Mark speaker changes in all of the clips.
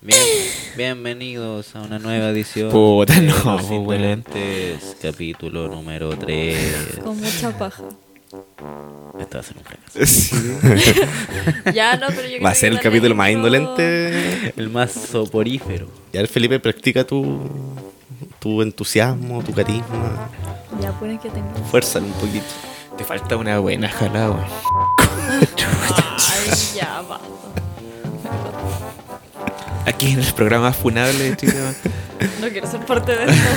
Speaker 1: Bien, bienvenidos a una nueva edición.
Speaker 2: Puta,
Speaker 1: de
Speaker 2: no,
Speaker 1: Los
Speaker 2: pues, weón.
Speaker 1: Indolentes, capítulo número 3.
Speaker 3: Con mucha paja.
Speaker 1: Esta va a ser un fracaso.
Speaker 3: Ya, no, pero yo creo
Speaker 2: Va a
Speaker 3: que
Speaker 2: ser el
Speaker 3: la
Speaker 2: capítulo más
Speaker 3: tengo-
Speaker 2: indolente.
Speaker 1: El más soporífero.
Speaker 2: Ya el Felipe practica tu, tu entusiasmo, tu carisma.
Speaker 3: Ya, pues es que tengo.
Speaker 2: Fuérzalo un poquito. Te falta una buena jalada, weón.
Speaker 3: Ay, ya, basta.
Speaker 2: Aquí en el programa funable, chicos.
Speaker 3: No quiero ser parte de esto.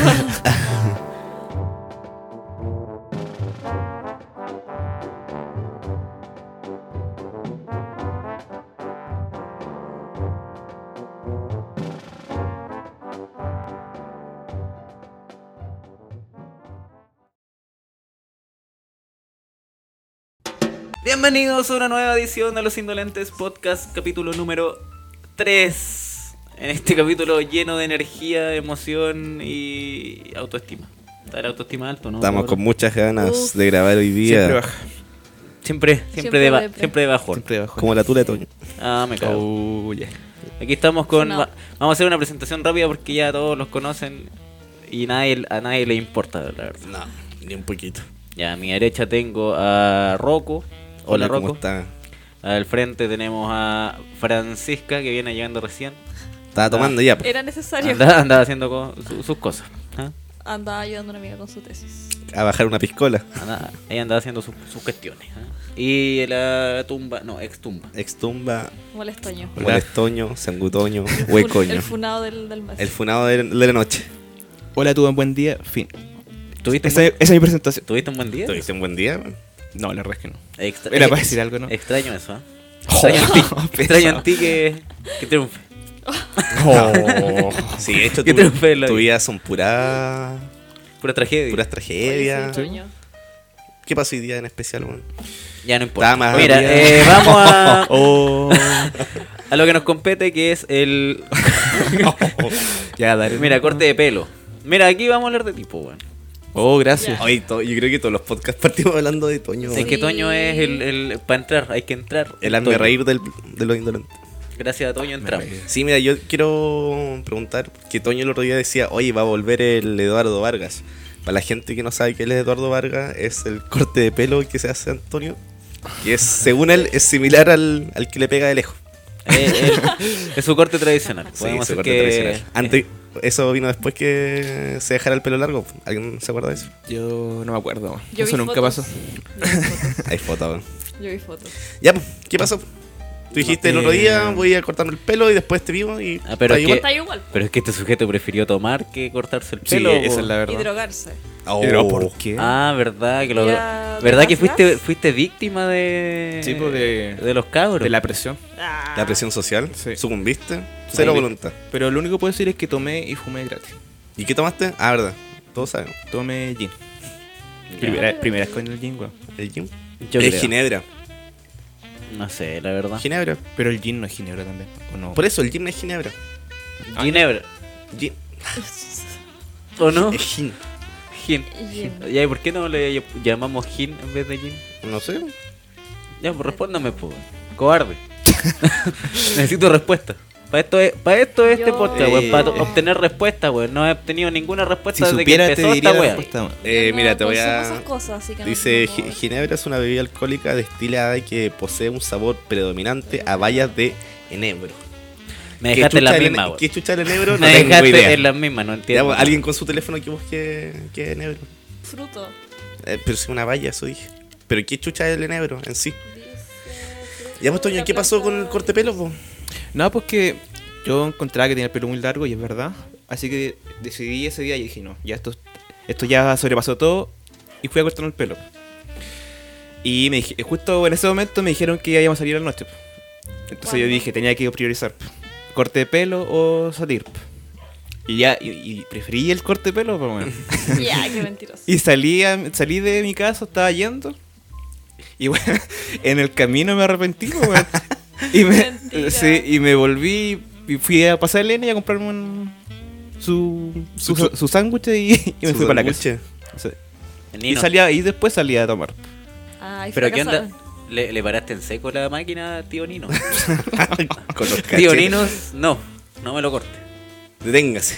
Speaker 1: Bienvenidos a una nueva edición de Los Indolentes Podcast, capítulo número 3. En este capítulo lleno de energía, emoción y autoestima. Dar autoestima alto, ¿no?
Speaker 4: Estamos con
Speaker 1: Por-
Speaker 4: muchas ganas
Speaker 3: Uf.
Speaker 4: de grabar hoy
Speaker 2: Siempre
Speaker 4: día.
Speaker 2: baja.
Speaker 1: Siempre, siempre,
Speaker 3: Siempre
Speaker 1: de, ba-
Speaker 3: depre.
Speaker 1: siempre de bajón.
Speaker 2: Siempre baja.
Speaker 4: Como la tula de Toño.
Speaker 1: Ah, me cago.
Speaker 2: Oh, ya.
Speaker 1: Aquí estamos con.
Speaker 3: No.
Speaker 1: va- vamos a hacer una presentación rápida porque ya todos los conocen y nadie, a nadie le importa, la verdad.
Speaker 4: No, ni un poquito.
Speaker 1: Ya a mi derecha tengo a Rocco.
Speaker 4: Hola,
Speaker 1: Hola,
Speaker 4: ¿cómo
Speaker 1: Rocco.
Speaker 4: está?
Speaker 1: Al frente tenemos a Francisca que viene llegando recién.
Speaker 4: Estaba tomando ya. pues. po.
Speaker 3: Era necesario.
Speaker 1: Anda, anda haciendo co- su- sus cosas. ¿ah?
Speaker 3: Andaba ayudando a una amiga con su tesis.
Speaker 4: A bajar una piscola.
Speaker 1: Anda- ella anda haciendo sus- sus cuestiones. ¿ah? Y la tumba, no, ex tumba.
Speaker 4: Extumba,
Speaker 3: Molestoño.
Speaker 2: Hola.
Speaker 4: molestoño, sangutoño,
Speaker 3: El fun- El
Speaker 4: huecoño.
Speaker 3: funado del, del mes.
Speaker 4: El funado de, de la noche.
Speaker 2: Hola, tuve un buen día. Fin.
Speaker 1: ¿Tuviste, un
Speaker 2: Esa, esa
Speaker 1: buen,
Speaker 2: es mi presentación.
Speaker 1: ¿tuviste un buen día?
Speaker 4: ¿Tuviste un buen día? man?
Speaker 2: No, la verdad es que no.
Speaker 1: Extra-
Speaker 2: Era para decir algo, ¿no?
Speaker 1: Extraño eso. ¿ah? Extraño en ti, extraño en ti que, que triunfe.
Speaker 2: Oh.
Speaker 4: Sí, de hecho,
Speaker 1: ¿Qué
Speaker 4: tu,
Speaker 1: te fue en la
Speaker 4: tu
Speaker 1: vida?
Speaker 4: vida son puras
Speaker 1: Pura tragedia.
Speaker 4: puras tragedias.
Speaker 3: Molestoño.
Speaker 4: ¿Qué pasó hoy día en especial, man?
Speaker 1: Ya no importa.
Speaker 4: Está más
Speaker 1: Mira,
Speaker 4: arriba.
Speaker 1: eh, vamos a,
Speaker 2: Oh.
Speaker 1: a lo que nos compete, que es el.
Speaker 2: Ya, dale.
Speaker 1: Mira, corte de pelo. Mira, aquí vamos a hablar de tipo, weón.
Speaker 2: Oh, gracias.
Speaker 3: Ya.
Speaker 4: Hoy to- yo creo que todos los podcasts partimos hablando de Toño.
Speaker 1: Es
Speaker 4: man.
Speaker 1: que Toño es el. para entrar, hay que entrar.
Speaker 4: El hazme
Speaker 1: Toño.
Speaker 4: reír del, de los indolentes.
Speaker 1: Gracias a Toño entramos.
Speaker 2: reí.
Speaker 4: Sí, mira, yo quiero preguntar que Toño el otro día decía, oye, va a volver el Eduardo Vargas. Para la gente que no sabe quién es Eduardo Vargas, es el corte de pelo que se hace a Antonio. Que es, según él, es similar al, al que le pega de lejos.
Speaker 1: Eh, el- es su corte tradicional.
Speaker 4: Sí,
Speaker 1: Podemos decir
Speaker 4: su corte
Speaker 1: que.
Speaker 4: tradicional. Antes, eso vino después que se dejara el pelo largo. ¿Alguien se acuerda de eso?
Speaker 2: Yo no me acuerdo.
Speaker 3: Yo
Speaker 2: Eso
Speaker 3: vi
Speaker 2: nunca
Speaker 3: fotos.
Speaker 2: pasó.
Speaker 3: Yo vi fotos.
Speaker 4: Hay fotos. weón.
Speaker 3: Yo vi fotos.
Speaker 4: Ya, pues, ¿qué pasó? Tú dijiste el otro día, voy a cortarme el pelo y después te vivo y...
Speaker 1: Eh, Ah, pero
Speaker 4: ahí
Speaker 1: que-
Speaker 4: igual.
Speaker 3: Está igual.
Speaker 1: Pero es que este sujeto prefirió tomar que cortarse el
Speaker 2: Sí,
Speaker 1: pelo.
Speaker 2: esa es la
Speaker 3: Y
Speaker 2: verdad.
Speaker 3: drogarse.
Speaker 4: Oh.
Speaker 2: Pero, ¿por qué?
Speaker 1: Ah, verdad, que lo.
Speaker 3: Ya,
Speaker 1: ¿Verdad que
Speaker 3: gracias.
Speaker 1: fuiste, fuiste víctima de.
Speaker 2: Sí, pues, de-
Speaker 1: de los cabros?
Speaker 2: De la presión.
Speaker 3: Ah.
Speaker 4: La presión social,
Speaker 2: Sí.
Speaker 4: sucumbiste, cero
Speaker 2: Sucumbí.
Speaker 4: voluntad.
Speaker 2: Pero lo único que puedo decir es que tomé y fumé gratis.
Speaker 4: ¿Y qué tomaste? Ah, verdad. Todos saben.
Speaker 2: Tomé gin.
Speaker 1: Ya.
Speaker 2: Primera, primeras con el gin, weón.
Speaker 4: ¿El gin?
Speaker 1: Yo
Speaker 4: es
Speaker 1: creo. Ah.
Speaker 4: Ginebra.
Speaker 1: No sé, la verdad.
Speaker 4: Ginebra.
Speaker 2: Pero el gin no es ginebra también. ¿O no?
Speaker 4: Por eso el gin es Ginebra.
Speaker 1: Ginebra.
Speaker 4: Gin.
Speaker 1: ¿O no?
Speaker 4: Es gin.
Speaker 1: Gin.
Speaker 3: Gin.
Speaker 1: Ya, ¿y por qué no le ll- llamamos Gin en vez de Gin?
Speaker 4: No sé.
Speaker 1: Ya, pues respóndame, po. Cobarde. Necesito respuesta. Para esto es, para esto es este
Speaker 3: Yo-
Speaker 1: podcast, weón. Para
Speaker 3: Eh.
Speaker 1: obtener respuesta, weón. No he obtenido ninguna
Speaker 2: Si
Speaker 1: respuesta desde que
Speaker 2: supiera, te
Speaker 1: empezó
Speaker 2: diría
Speaker 1: esta
Speaker 2: la
Speaker 1: weá.
Speaker 2: respuesta, weón.
Speaker 4: Eh,
Speaker 3: Yo no
Speaker 4: mira, te voy
Speaker 3: consumo
Speaker 4: a-
Speaker 3: esas cosas, así que no
Speaker 4: Dice,
Speaker 3: entiendo.
Speaker 4: "Gi- Ginebra es una bebida alcohólica destilada que posee un sabor predominante a bayas de enebro.
Speaker 1: Me dejaste en la misma,
Speaker 4: ¿Qué
Speaker 1: weón.
Speaker 4: chucha el enebro? No
Speaker 1: Me
Speaker 4: tengo
Speaker 1: dejaste
Speaker 4: idea.
Speaker 1: en la misma, no
Speaker 4: Ya,
Speaker 1: entiendo.
Speaker 4: pues, alguien con su teléfono que busque qué es enebro.
Speaker 3: Fruto.
Speaker 4: Eh, pero si una valla, eso dije. Pero qué chucha es el enebro en sí.
Speaker 3: Dice,
Speaker 4: Ya, pues, Toño,
Speaker 3: la
Speaker 4: ¿qué pasó
Speaker 3: planta-
Speaker 4: con el corte de pelo, po?
Speaker 2: No, pues que yo encontraba que tenía el pelo muy largo y es verdad. Así que decidí ese día y dije, no, ya esto, esto ya sobrepasó todo y fui a cortarme el pelo. Y me dije, eh, justo en ese momento me dijeron que íbamos a salir al norte. Entonces yo
Speaker 3: ¿Cuándo?
Speaker 2: dije, tenía que priorizar pues, corte de pelo o salir. pues. Y ya, y, y preferí el corte de pelo, pues bueno.
Speaker 3: Ya, qué mentiroso.
Speaker 2: Y salí, a- salí de mi casa, estaba yendo. Y bueno, en el camino me arrepentí, po, weón. y, me,
Speaker 3: Mentira.
Speaker 2: sí, y me volví y fui a pasar a Elena y a comprarme un- su, su,
Speaker 4: Su-
Speaker 2: su sándwich y, y me
Speaker 4: Su
Speaker 2: fui para la casa.
Speaker 4: sándwich.
Speaker 2: Sí. Y,
Speaker 1: Nino,
Speaker 2: salía, y después salí a tomar.
Speaker 3: Ay,
Speaker 1: ¿Pero qué onda?
Speaker 3: fracasaron.
Speaker 1: ¿Le, le paraste en seco la máquina, tío Nino?
Speaker 4: Con los
Speaker 1: tío
Speaker 4: cachetes.
Speaker 1: Ninos, no. No me lo corte.
Speaker 4: Deténgase.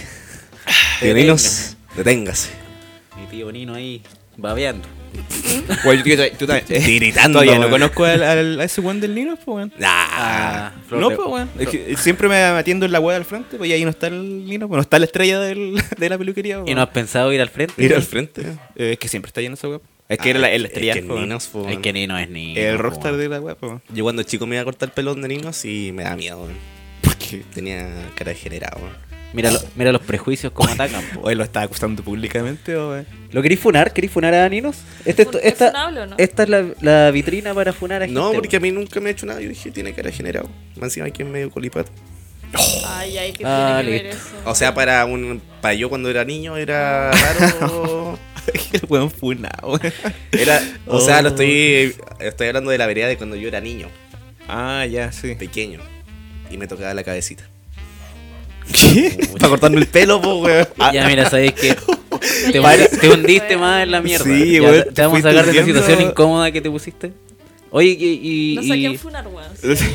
Speaker 4: Pioninos, deténgase.
Speaker 1: Mi tío Nino ahí, babeando.
Speaker 2: Güey, yo, yo- yo también. eh,
Speaker 4: Estoy gritando,
Speaker 2: Todavía no
Speaker 4: weón.
Speaker 2: conozco al, al- a ese weón del Linux, pues, weón.
Speaker 4: Nah.
Speaker 1: Ah, flor
Speaker 2: No,
Speaker 1: de-
Speaker 2: pues, weón. Es
Speaker 1: flor-
Speaker 2: que siempre me atiendo en la weá al frente, pues, y ahí no está el Linux, pues, no está la estrella del- de la peluquería,
Speaker 1: ¿Y
Speaker 2: weón.
Speaker 1: no has pensado ir al frente?
Speaker 4: Ir al frente.
Speaker 2: Eh, es que siempre está lleno esa weá. Es que
Speaker 4: Ah,
Speaker 2: era la, la
Speaker 4: es
Speaker 2: estrella,
Speaker 4: que
Speaker 2: pues, weón.
Speaker 4: Ninos, po,
Speaker 1: Es
Speaker 4: weón.
Speaker 1: que Nino es Nino.
Speaker 2: El
Speaker 1: po,
Speaker 2: rockstar
Speaker 1: weón.
Speaker 2: de la weá, pues, weón.
Speaker 4: Yo cuando chico me iba a cortar el pelón de ninos y me da miedo, weón. Tenía cara de generado, weón.
Speaker 1: Mira, lo- mira los prejuicios como atacan. po.
Speaker 2: Oye, lo está acusando públicamente, o, weón.
Speaker 1: ¿Lo queréis funar? ¿Queréis funar a Ninos? Este,
Speaker 3: ¿Es fun- es funable o no?
Speaker 1: Esta es la, la vitrina para funar a gente.
Speaker 4: No, porque a
Speaker 1: weón.
Speaker 4: mí nunca me ha hecho nada. Yo dije, tiene cara de generado. Más encima que es medio colipato.
Speaker 3: Ay, ay, que
Speaker 1: Ah,
Speaker 3: tiene que ver
Speaker 1: listo.
Speaker 3: eso.
Speaker 4: O sea, para un para yo cuando era niño era raro.
Speaker 2: el weón funado, weón.
Speaker 4: Era, o sea, lo
Speaker 2: Oh.
Speaker 4: estoy estoy hablando de la vereda de cuando yo era niño,
Speaker 2: Ah, ya, sí.
Speaker 4: pequeño y me tocaba la cabecita.
Speaker 2: ¿Qué?
Speaker 4: Para cortarme el pelo, po, weón.
Speaker 2: Ah.
Speaker 1: Ya, mira, sabéis que te,
Speaker 3: Vale.
Speaker 1: te hundiste más en la mierda.
Speaker 2: Sí,
Speaker 1: Ya,
Speaker 2: weón,
Speaker 1: Te,
Speaker 2: te
Speaker 1: vamos a
Speaker 2: fuiste
Speaker 1: sacar de la
Speaker 2: hundiendo.
Speaker 1: situación incómoda que te pusiste. Oye, y. y-
Speaker 3: No sé a
Speaker 1: y-
Speaker 3: quién funar, weón. Sí,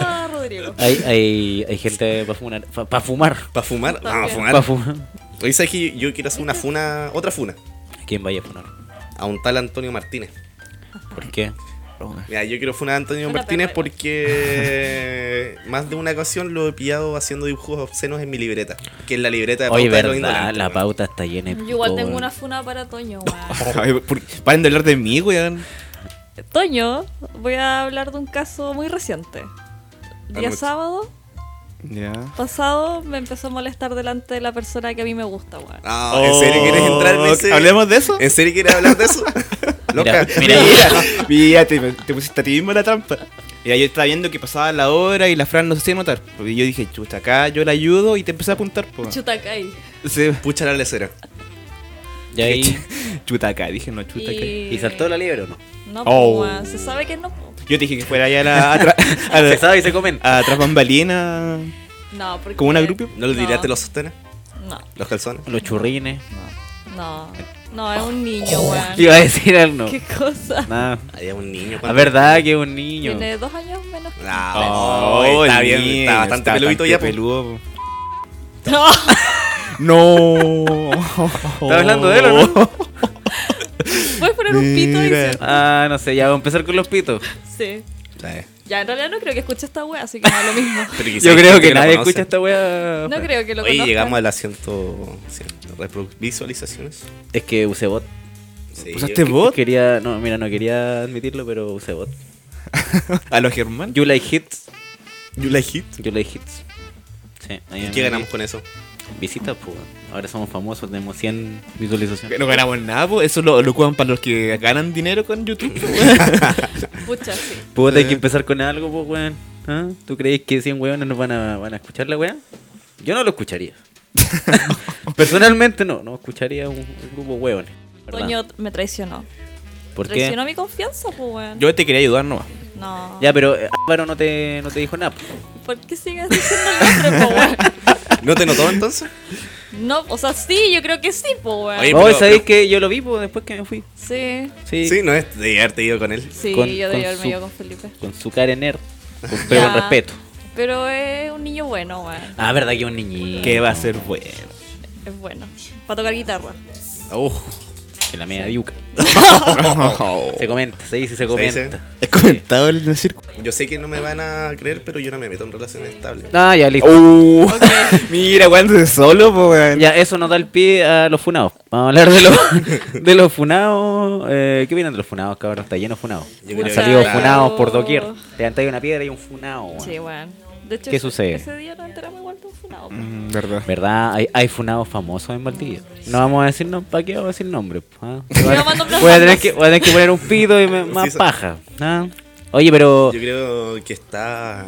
Speaker 3: ah, Rodrigo.
Speaker 1: hay, hay, hay gente para funar. Para fumar.
Speaker 4: Para fumar, vamos a
Speaker 3: También.
Speaker 1: Para
Speaker 4: fumar.
Speaker 1: fumar.
Speaker 4: Hoy sabes que yo quiero hacer una funa, otra funa,
Speaker 1: ¿A quién vaya a funar?
Speaker 4: a un tal Antonio Martínez.
Speaker 1: ¿Por qué?
Speaker 4: Mira, yo quiero funar a Antonio
Speaker 3: Una
Speaker 4: Martínez
Speaker 3: perra.
Speaker 4: porque más de una ocasión lo he pillado haciendo dibujos obscenos en mi libreta, que es la libreta de
Speaker 1: Oye,
Speaker 4: pauta de los
Speaker 1: verdad,
Speaker 4: indolentes,
Speaker 1: la
Speaker 4: weón.
Speaker 1: pauta está llena de
Speaker 3: Yo igual
Speaker 1: pico,
Speaker 3: tengo
Speaker 1: weón.
Speaker 3: una funa para Toño, weón.
Speaker 2: Ay, ¿por qué? Paren de hablar de mí, weón.
Speaker 3: Toño, voy a hablar de un caso muy reciente. Día
Speaker 4: Anoche.
Speaker 3: sábado
Speaker 2: Ya.
Speaker 3: pasado me empezó a molestar delante de la persona que a mí me gusta, weón.
Speaker 4: Ah, ¿en serio quieres entrar en ese?
Speaker 2: Oh, ¿Hablemos de eso?
Speaker 4: ¿En serio quieres hablar de eso? Loca.
Speaker 1: Oh, Mira,
Speaker 2: Mira, mira, te, te pusiste a ti mismo la trampa. Mira, yo estaba viendo que pasaba la hora y la Fran no se hacía notar. Y yo dije, chuta, acá yo la ayudo y te empecé a apuntar. po.
Speaker 3: Chutacay.
Speaker 2: Sí,
Speaker 4: Pucha la lecera.
Speaker 1: Y ahí.
Speaker 2: chuta acá, dije, no, chuta acá.
Speaker 1: ¿Y saltó la liebre o no?
Speaker 3: No,
Speaker 2: Oh.
Speaker 3: pues, weón, se sabe que no. po.
Speaker 2: Yo te dije que fuera allá a la, a tra- a
Speaker 1: Se
Speaker 2: la-
Speaker 1: sabe y se comenta.
Speaker 2: a tras bambalina.
Speaker 3: No, porque.
Speaker 2: ¿Como una grupio?
Speaker 4: ¿No le tiraste
Speaker 3: No.
Speaker 4: los sostenes?
Speaker 3: No,
Speaker 4: ¿Los calzones?
Speaker 1: Ah, Los churrines.
Speaker 3: no. No, es un niño, weón.
Speaker 1: Iba a decir algo. no.
Speaker 3: Ah. Qué cosa.
Speaker 1: Nada.
Speaker 4: Había un niño.
Speaker 1: La
Speaker 4: cuando-
Speaker 1: verdad que es un niño.
Speaker 3: Tiene dos años menos. que-
Speaker 4: Ah, oh, está bien, está bastante peludito ya. po.
Speaker 2: peludo.
Speaker 3: No.
Speaker 2: No.
Speaker 1: ¿Estás hablando de él o no?
Speaker 3: Voy a poner un pito y
Speaker 2: Mira.
Speaker 3: se-
Speaker 1: Ah, no sé, ya voy a empezar con los pitos.
Speaker 3: Sí.
Speaker 4: Sí.
Speaker 3: Ya, en realidad no creo que escuche esta wea, así que da lo mismo.
Speaker 4: Pero quizá
Speaker 1: Yo
Speaker 4: hay
Speaker 1: creo
Speaker 4: gente
Speaker 1: que
Speaker 4: la
Speaker 1: nadie
Speaker 4: conoce.
Speaker 1: escucha esta wea.
Speaker 3: No creo que lo
Speaker 4: Oye,
Speaker 3: conozca.
Speaker 4: llegamos a las 100 100 reprodu- visualizaciones.
Speaker 1: Es que usé bot.
Speaker 4: Sí,
Speaker 1: Pues
Speaker 2: ¿Usaste
Speaker 4: yo-
Speaker 2: vos? ¿Bot?
Speaker 1: Quería, no, mira, no quería admitirlo, pero usé bot.
Speaker 2: A los Germán.
Speaker 1: You like hits.
Speaker 4: You like it.
Speaker 1: You like hits. Sí, ahí
Speaker 4: ¿Y
Speaker 1: me-
Speaker 4: qué ganamos con eso?
Speaker 1: Visitas, pues. Ahora somos famosos, tenemos 100 visualizaciones.
Speaker 2: No ganamos nada, po. eso lo, lo ocupan para los que ganan dinero con YouTube. po.
Speaker 3: Pucha, sí.
Speaker 1: Puta, hay que empezar con algo, pues, weón. ¿Ah? ¿Tú crees que 100 weones nos van a, van a escuchar la weá? Yo no lo escucharía. Personalmente no, no escucharía un, un grupo weones. ¿verdad?
Speaker 3: Toño me traicionó.
Speaker 1: ¿Por qué?
Speaker 3: traicionó mi confianza, pues, weón.
Speaker 2: Yo te quería ayudar nomás.
Speaker 3: No.
Speaker 1: Ya, pero eh, Álvaro no te, no te dijo nada. pues.
Speaker 3: ¿Por qué sigues diciendo el nombre, po, weón?
Speaker 4: ¿No te notó entonces?
Speaker 3: No, o sea, sí, yo creo que sí, po, weón.
Speaker 4: Oye,
Speaker 1: No,
Speaker 4: pero-
Speaker 1: ¿sabéis
Speaker 4: pero-
Speaker 1: que yo lo vi pues, después que me fui?
Speaker 3: Sí,
Speaker 1: Sí.
Speaker 4: Sí, no es de haberte ido con él.
Speaker 3: sí,
Speaker 1: Con-
Speaker 3: yo
Speaker 1: con
Speaker 3: debí haberme
Speaker 1: su-
Speaker 3: ido con Felipe.
Speaker 1: Con su cara nerd. con- Pero con
Speaker 3: Ya.
Speaker 1: respeto.
Speaker 3: Pero es un niño bueno, weón.
Speaker 1: Ah, verdad que un niñito.
Speaker 2: Que va a ser bueno.
Speaker 3: Es bueno. Para tocar guitarra.
Speaker 4: Uf.
Speaker 1: Que la media diuca. Se comenta, se dice, se comenta.
Speaker 2: He comentado en el circo.
Speaker 4: Yo sé que no me van a creer, pero yo no me meto en relaciones estables.
Speaker 1: Ah, ya, listo.
Speaker 2: Uh,
Speaker 3: Ok.
Speaker 2: mira, cuando es solo, po, weón.
Speaker 1: Ya, eso nos da el pie a los funados. Vamos a hablar de los, de los funados. Eh, ¿Qué vienen de los funados, cabrón? Está lleno de funados.
Speaker 4: Yo
Speaker 1: Han
Speaker 4: creo
Speaker 1: salido
Speaker 4: que-
Speaker 1: funados por doquier. Levantáis una piedra y un funado. weón.
Speaker 3: Sí, weón. De hecho,
Speaker 1: ¿Qué
Speaker 3: ese-
Speaker 1: sucede?
Speaker 3: Ese día nos enteramos igual de un funado. po.
Speaker 2: Mm, verdad.
Speaker 1: ¿Verdad? Hay, hay funados famosos en Valdivia. No vamos a decir nombres. ¿Para qué vamos a decir nombres? ah? Voy, a,
Speaker 3: vamos a nombrar
Speaker 1: voy a tener
Speaker 3: nombres.
Speaker 1: que, voy a tener que poner un pito y me- más
Speaker 4: so-
Speaker 1: paja. ah. Oye, pero.
Speaker 4: Yo creo que está.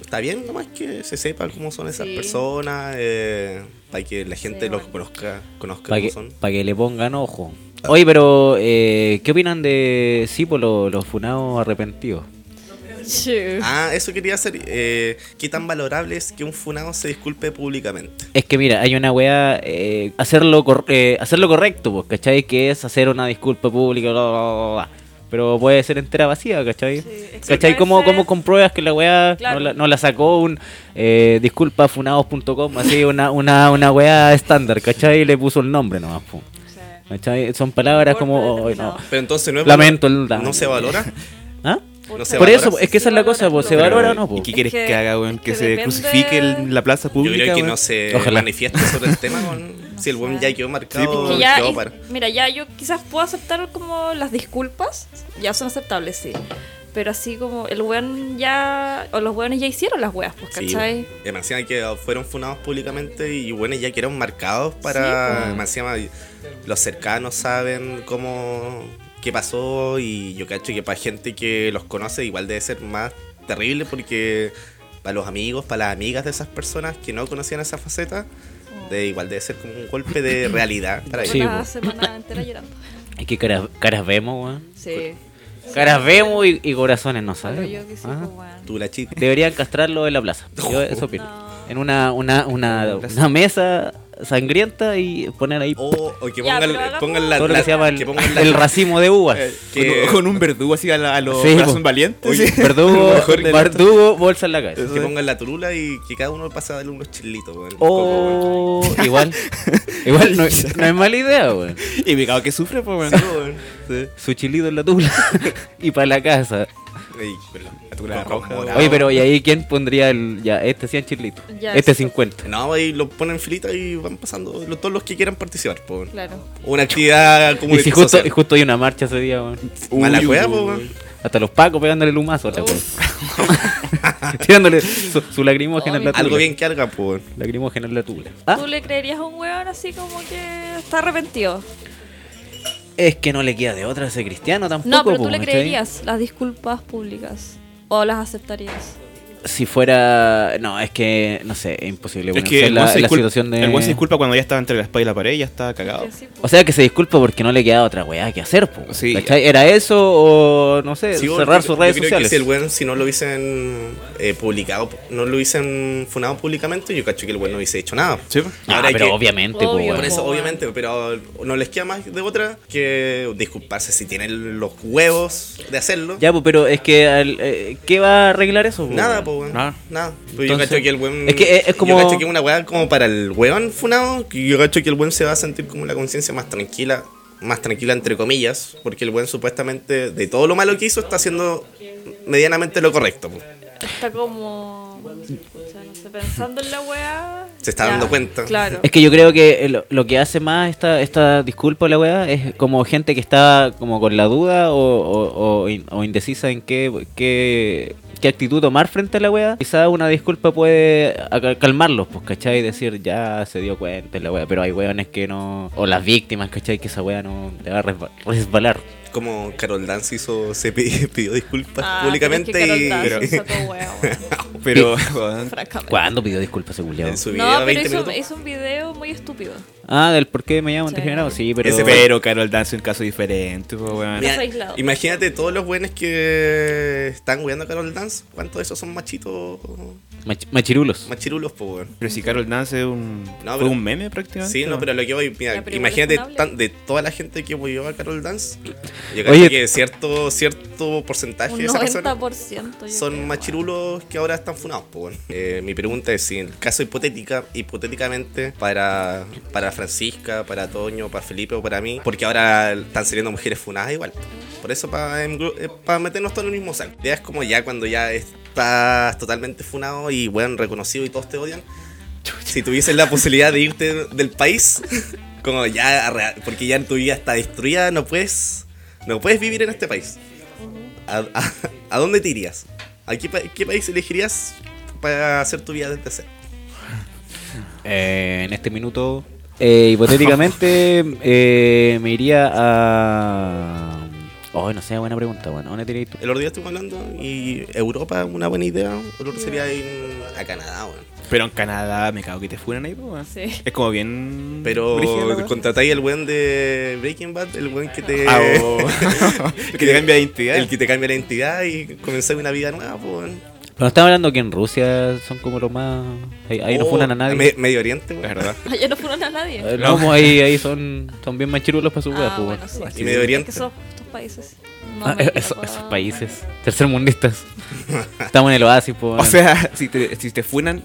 Speaker 4: Está bien nomás que se sepa cómo son esas
Speaker 3: Sí.
Speaker 4: personas, eh, para que la gente
Speaker 3: Sí,
Speaker 4: los
Speaker 3: bueno.
Speaker 4: conozca, conozca
Speaker 1: Para
Speaker 4: cómo
Speaker 1: que,
Speaker 4: son. Ah.
Speaker 1: pa' que le pongan ojo. Oye, pero. eh, ¿Qué opinan de. Sí, por los, los funados arrepentidos?
Speaker 3: Sí.
Speaker 4: Ah, eso quería hacer. eh, ¿Qué tan valorable es que un funado se disculpe públicamente?
Speaker 1: Es que mira, hay una weá, eh, hacerlo, cor- eh, hacerlo correcto, pues, ¿cachai? Que es hacer una disculpa pública, bla, bla, bla, bla. Pero puede ser entera vacía, ¿cachai?
Speaker 3: Sí,
Speaker 1: ¿Cachai?
Speaker 3: explicarse-
Speaker 1: ¿Cómo, cómo compruebas que la weá
Speaker 3: Claro.
Speaker 1: no, la, no la sacó un eh, disculpa funados.com, así una, una, una weá estándar, ¿cachai? Y le puso el nombre nomás, po,
Speaker 3: Sí.
Speaker 1: ¿cachai? Son palabras
Speaker 3: Por
Speaker 1: como...
Speaker 3: determinado.
Speaker 1: "Ay, no".
Speaker 4: Pero entonces no es
Speaker 1: Lamento el daño.
Speaker 4: ¿No se valora?
Speaker 1: ¿Ah?
Speaker 4: No se
Speaker 1: Por
Speaker 4: valora.
Speaker 1: eso, es que esa es la cosa, po, ¿se
Speaker 3: Pero,
Speaker 1: valora o no? po?
Speaker 2: ¿Y qué
Speaker 3: Es
Speaker 2: quieres que,
Speaker 3: que-
Speaker 2: haga, weón? Que,
Speaker 3: que
Speaker 2: se
Speaker 3: depende-
Speaker 2: justifique en la plaza
Speaker 4: Yo
Speaker 2: pública.
Speaker 4: creo que
Speaker 2: weón?
Speaker 4: no se
Speaker 1: Ojalá.
Speaker 4: manifiesta sobre el tema con... Si el buen ya quedó marcado,
Speaker 2: pues.
Speaker 3: Que ya
Speaker 4: quedó
Speaker 3: es-
Speaker 4: para-
Speaker 3: mira, ya yo quizás puedo aceptar como las disculpas, ya son aceptables, sí. Pero así como el weón ya. O los weones ya hicieron las weas, pues,
Speaker 4: Sí,
Speaker 3: ¿cachai?
Speaker 4: y más encima que fueron funados públicamente y bueno, ya que eran marcados para.
Speaker 1: Sí,
Speaker 4: más encima, los cercanos saben cómo. qué pasó y yo cacho que para gente que los conoce igual debe ser más terrible porque para los amigos, para las amigas de esas personas que no conocían esa faceta, pues, de, igual debe ser como un golpe de realidad para
Speaker 1: Sí, pues.
Speaker 4: ellos.
Speaker 3: Una
Speaker 1: po.
Speaker 3: semana entera llorando.
Speaker 1: Es que caras, caras vemos, weón.
Speaker 3: Sí.
Speaker 1: Caras vemos y, y corazones no
Speaker 3: Pero
Speaker 1: sabemos. Ah.
Speaker 3: yo que sí,
Speaker 1: Ajá.
Speaker 3: pues, weón.
Speaker 4: Tú la chica.
Speaker 1: Deberían castrarlo en la plaza. Yo eso opino.
Speaker 3: No.
Speaker 1: En una, una, una, una mesa sangrienta y poner ahí
Speaker 4: O, o que pongan,
Speaker 3: Ya, pero hagamos-
Speaker 4: pongan la.
Speaker 1: todo lo que
Speaker 4: Oh, la-
Speaker 1: se llama el,
Speaker 4: que pongan la- Eh,
Speaker 1: el racimo de uvas.
Speaker 4: que-
Speaker 2: Con, con un verdugo así a, la- a los
Speaker 1: Sí,
Speaker 2: brazos
Speaker 1: po.
Speaker 2: valientes.
Speaker 4: Oye,
Speaker 2: sí.
Speaker 1: Verdugo,
Speaker 2: Lo mejor del-
Speaker 1: verdugo, bolsa en la cabeza.
Speaker 4: Que pongan la turula y que cada uno pase a darle unos chilitos,
Speaker 1: Oh.
Speaker 4: weón.
Speaker 1: O Oh, igual, igual no, no es mala idea, weón.
Speaker 2: Y me cago que sufre, pues,
Speaker 4: Como,
Speaker 2: weón.
Speaker 4: weón. Sí.
Speaker 1: Su chilito en la tula y para la casa.
Speaker 4: Ey, con la- con
Speaker 2: turula
Speaker 4: rojo,
Speaker 2: roja,
Speaker 4: morado.
Speaker 1: Oye, pero ¿y ahí quién pondría el. Ya, este 100 chilitos.
Speaker 3: Ya,
Speaker 1: Este
Speaker 3: eso.
Speaker 1: 50.
Speaker 4: No, ahí lo ponen en filita y van pasando lo- todos los que quieran participar, po. weón.
Speaker 3: Claro.
Speaker 4: Una actividad
Speaker 1: Y si
Speaker 4: comunitaria.
Speaker 1: justo,
Speaker 4: social.
Speaker 1: justo hay una marcha ese día, weón.
Speaker 4: Mala
Speaker 2: Uy,
Speaker 4: cueva,
Speaker 2: uy,
Speaker 4: po,
Speaker 2: uy.
Speaker 4: weón.
Speaker 1: Hasta los pacos pegándole el humazo a la
Speaker 3: Uf.
Speaker 1: weón. Tirándole su, su lagrimógena en la
Speaker 3: Oh,
Speaker 1: tula.
Speaker 4: Algo bien que haga, po. weón.
Speaker 1: Lagrimógena en la tula. Ah,
Speaker 3: ¿Tú le creerías a un weón así como que está arrepentido?
Speaker 1: Es que no le queda de otra ese cristiano tampoco.
Speaker 3: No, pero tú
Speaker 1: po,
Speaker 3: le
Speaker 1: ¿cachai?
Speaker 3: creerías las disculpas públicas. O las aceptarías.
Speaker 1: Si fuera. No, es que. No sé, es imposible.
Speaker 2: Es
Speaker 1: bueno,
Speaker 2: que
Speaker 1: esa es
Speaker 2: el
Speaker 1: la,
Speaker 2: weón se
Speaker 1: la
Speaker 2: disculpa-
Speaker 1: situación de.
Speaker 2: el weón se disculpa cuando ya estaba entre la espada y la pared, ya estaba
Speaker 4: Ah.
Speaker 2: cagado.
Speaker 3: Que sí, pues.
Speaker 1: O sea que se disculpa porque no le queda otra weá que hacer, po,
Speaker 2: Sí.
Speaker 1: ¿cachai? ¿Era eso o, no sé,
Speaker 4: Sí, po,
Speaker 1: cerrar
Speaker 4: yo-
Speaker 1: sus
Speaker 4: yo
Speaker 1: redes
Speaker 4: creo que
Speaker 1: sociales?
Speaker 4: si el weón, si no lo hubiesen eh, publicado, no lo hubiesen funado públicamente, yo cacho que el weón no hubiese hecho nada.
Speaker 2: Sí, po.
Speaker 1: Ah,
Speaker 4: Ahora
Speaker 1: pero
Speaker 4: que-
Speaker 1: obviamente, po,
Speaker 3: Obvio.
Speaker 1: weón.
Speaker 4: Por eso,
Speaker 3: po, weón.
Speaker 4: obviamente, pero no les queda más de otra que disculparse si tienen los huevos de hacerlo.
Speaker 1: Ya, po, pero es que, al- eh, ¿qué va a arreglar eso? po,
Speaker 4: Nada,
Speaker 1: weón?
Speaker 4: pues, weón.
Speaker 2: Nada.
Speaker 4: Nada. Pero
Speaker 1: Entonces-
Speaker 4: yo cacho que el weón.
Speaker 1: Es que es- es como-
Speaker 4: Yo cacho que es una weá como para el weón funado. que Yo cacho que el weón se va a sentir como la conciencia más tranquila. Más tranquila, entre comillas. Porque el weón supuestamente, de todo lo malo que hizo, está haciendo medianamente lo correcto. po.
Speaker 3: Está como. o sea, no sé, pensando en la weá.
Speaker 4: Se está dando cuenta.
Speaker 3: Claro.
Speaker 1: Es que yo creo que eh, lo, lo que hace más esta, esta disculpa la weá es como gente que está como con la duda o, o- o in- o indecisa en qué, qué, qué actitud tomar frente a la weá. Quizá una disculpa puede aca- calmarlos, pues, ¿cachai? Decir, ya se dio cuenta la weá, pero hay weones que no... O las víctimas, ¿cachai? Que esa weá no le va a resba- resbalar.
Speaker 4: Como Carol Dance hizo, se pi- pidió, disculpas
Speaker 3: Ah,
Speaker 4: públicamente
Speaker 3: pero es que
Speaker 4: y.
Speaker 3: Carol Dance
Speaker 4: pero-
Speaker 3: sacó weá, weón,
Speaker 2: Pero, weón,
Speaker 3: francamente.
Speaker 1: ¿Cuándo pidió disculpas, ese culiao?
Speaker 4: en su video,
Speaker 3: No, pero
Speaker 4: 20
Speaker 3: hizo,
Speaker 4: minutos.
Speaker 3: hizo un video muy estúpido.
Speaker 1: Ah, del por qué me llaman
Speaker 3: Sí.
Speaker 1: degenerado. Sí, pero...
Speaker 2: ese pero Carol Dance es un caso diferente, po, weón.
Speaker 3: Mira, Caso aislado.
Speaker 4: Imagínate todos los buenos que están weando a Carol Dance. ¿Cuántos de esos son machitos?
Speaker 1: Mach- machirulos.
Speaker 4: Machirulos, pues, weón.
Speaker 2: Pero si Carol Dance es un,
Speaker 4: No,
Speaker 2: fue
Speaker 4: pero-
Speaker 2: un meme prácticamente.
Speaker 4: Sí, no,
Speaker 2: weón.
Speaker 4: pero lo que voy, mira,
Speaker 3: Ya, pero igual es
Speaker 4: imagínate
Speaker 3: funable.
Speaker 4: tan- de toda la gente que apoyó a Carol Dance, yo creo
Speaker 1: Oye.
Speaker 4: que cierto, cierto porcentaje
Speaker 3: Un
Speaker 4: de esas personas
Speaker 3: 90%. yo
Speaker 4: son
Speaker 3: creo.
Speaker 4: machirulos que ahora están funados. po, weón. Eh, mi pregunta es si en el caso hipotética, hipotéticamente, para, para Francisca, para Toño, para Felipe o para mí, porque ahora están saliendo mujeres funadas igual. Por eso para eh, meternos todos en el mismo saco. La idea es como ya cuando ya estás totalmente funado y bueno, reconocido y todos te odian, si tuvieses la posibilidad de irte del país, como ya, arre- porque ya tu vida está destruida, no puedes, no puedes vivir en este país. ¿A, a- a dónde te irías? ¿A qué, pa- qué país elegirías para hacer tu vida desde cero?
Speaker 1: Eh, en este minuto, eh, hipotéticamente, eh, me iría a. Oh, no sé, buena pregunta, bueno. ¿Dónde te irías tú?
Speaker 4: El otro día estuvimos hablando y Europa, una buena idea. El otro sería ir a Canadá, weón.
Speaker 2: Pero en Canadá me cago que te fueran ahí, po, weón.
Speaker 3: Sí.
Speaker 2: Es como bien. brígida la
Speaker 4: Pero
Speaker 2: weá.
Speaker 4: contratáis al buen de Breaking Bad, el buen que te.
Speaker 2: Ah, oh. El que te cambia de identidad.
Speaker 4: El que te cambia la identidad y comenzáis una vida nueva, po, weón.
Speaker 1: Pero estaba hablando que en Rusia son como los más. Ahí, ahí no
Speaker 4: Oh,
Speaker 1: funan a nadie.
Speaker 4: Me- Medio Oriente,
Speaker 2: La
Speaker 4: weón.
Speaker 2: verdad.
Speaker 3: Allá no fueron a nadie.
Speaker 1: Eh, No, pues ahí, ahí son, son bien machirulos para su wea,
Speaker 3: Ah,
Speaker 1: pues,
Speaker 3: bueno,
Speaker 1: weón.
Speaker 3: sí.
Speaker 4: Y Medio
Speaker 3: Es
Speaker 4: Oriente.
Speaker 3: que sos- tus países. No
Speaker 1: Ah,
Speaker 3: me
Speaker 1: eh,
Speaker 3: quiero
Speaker 1: esos,
Speaker 3: pagar.
Speaker 1: esos países. Tercermundistas. Estamos en el oasis, po,
Speaker 2: O
Speaker 1: weón.
Speaker 2: sea, si te, si te funan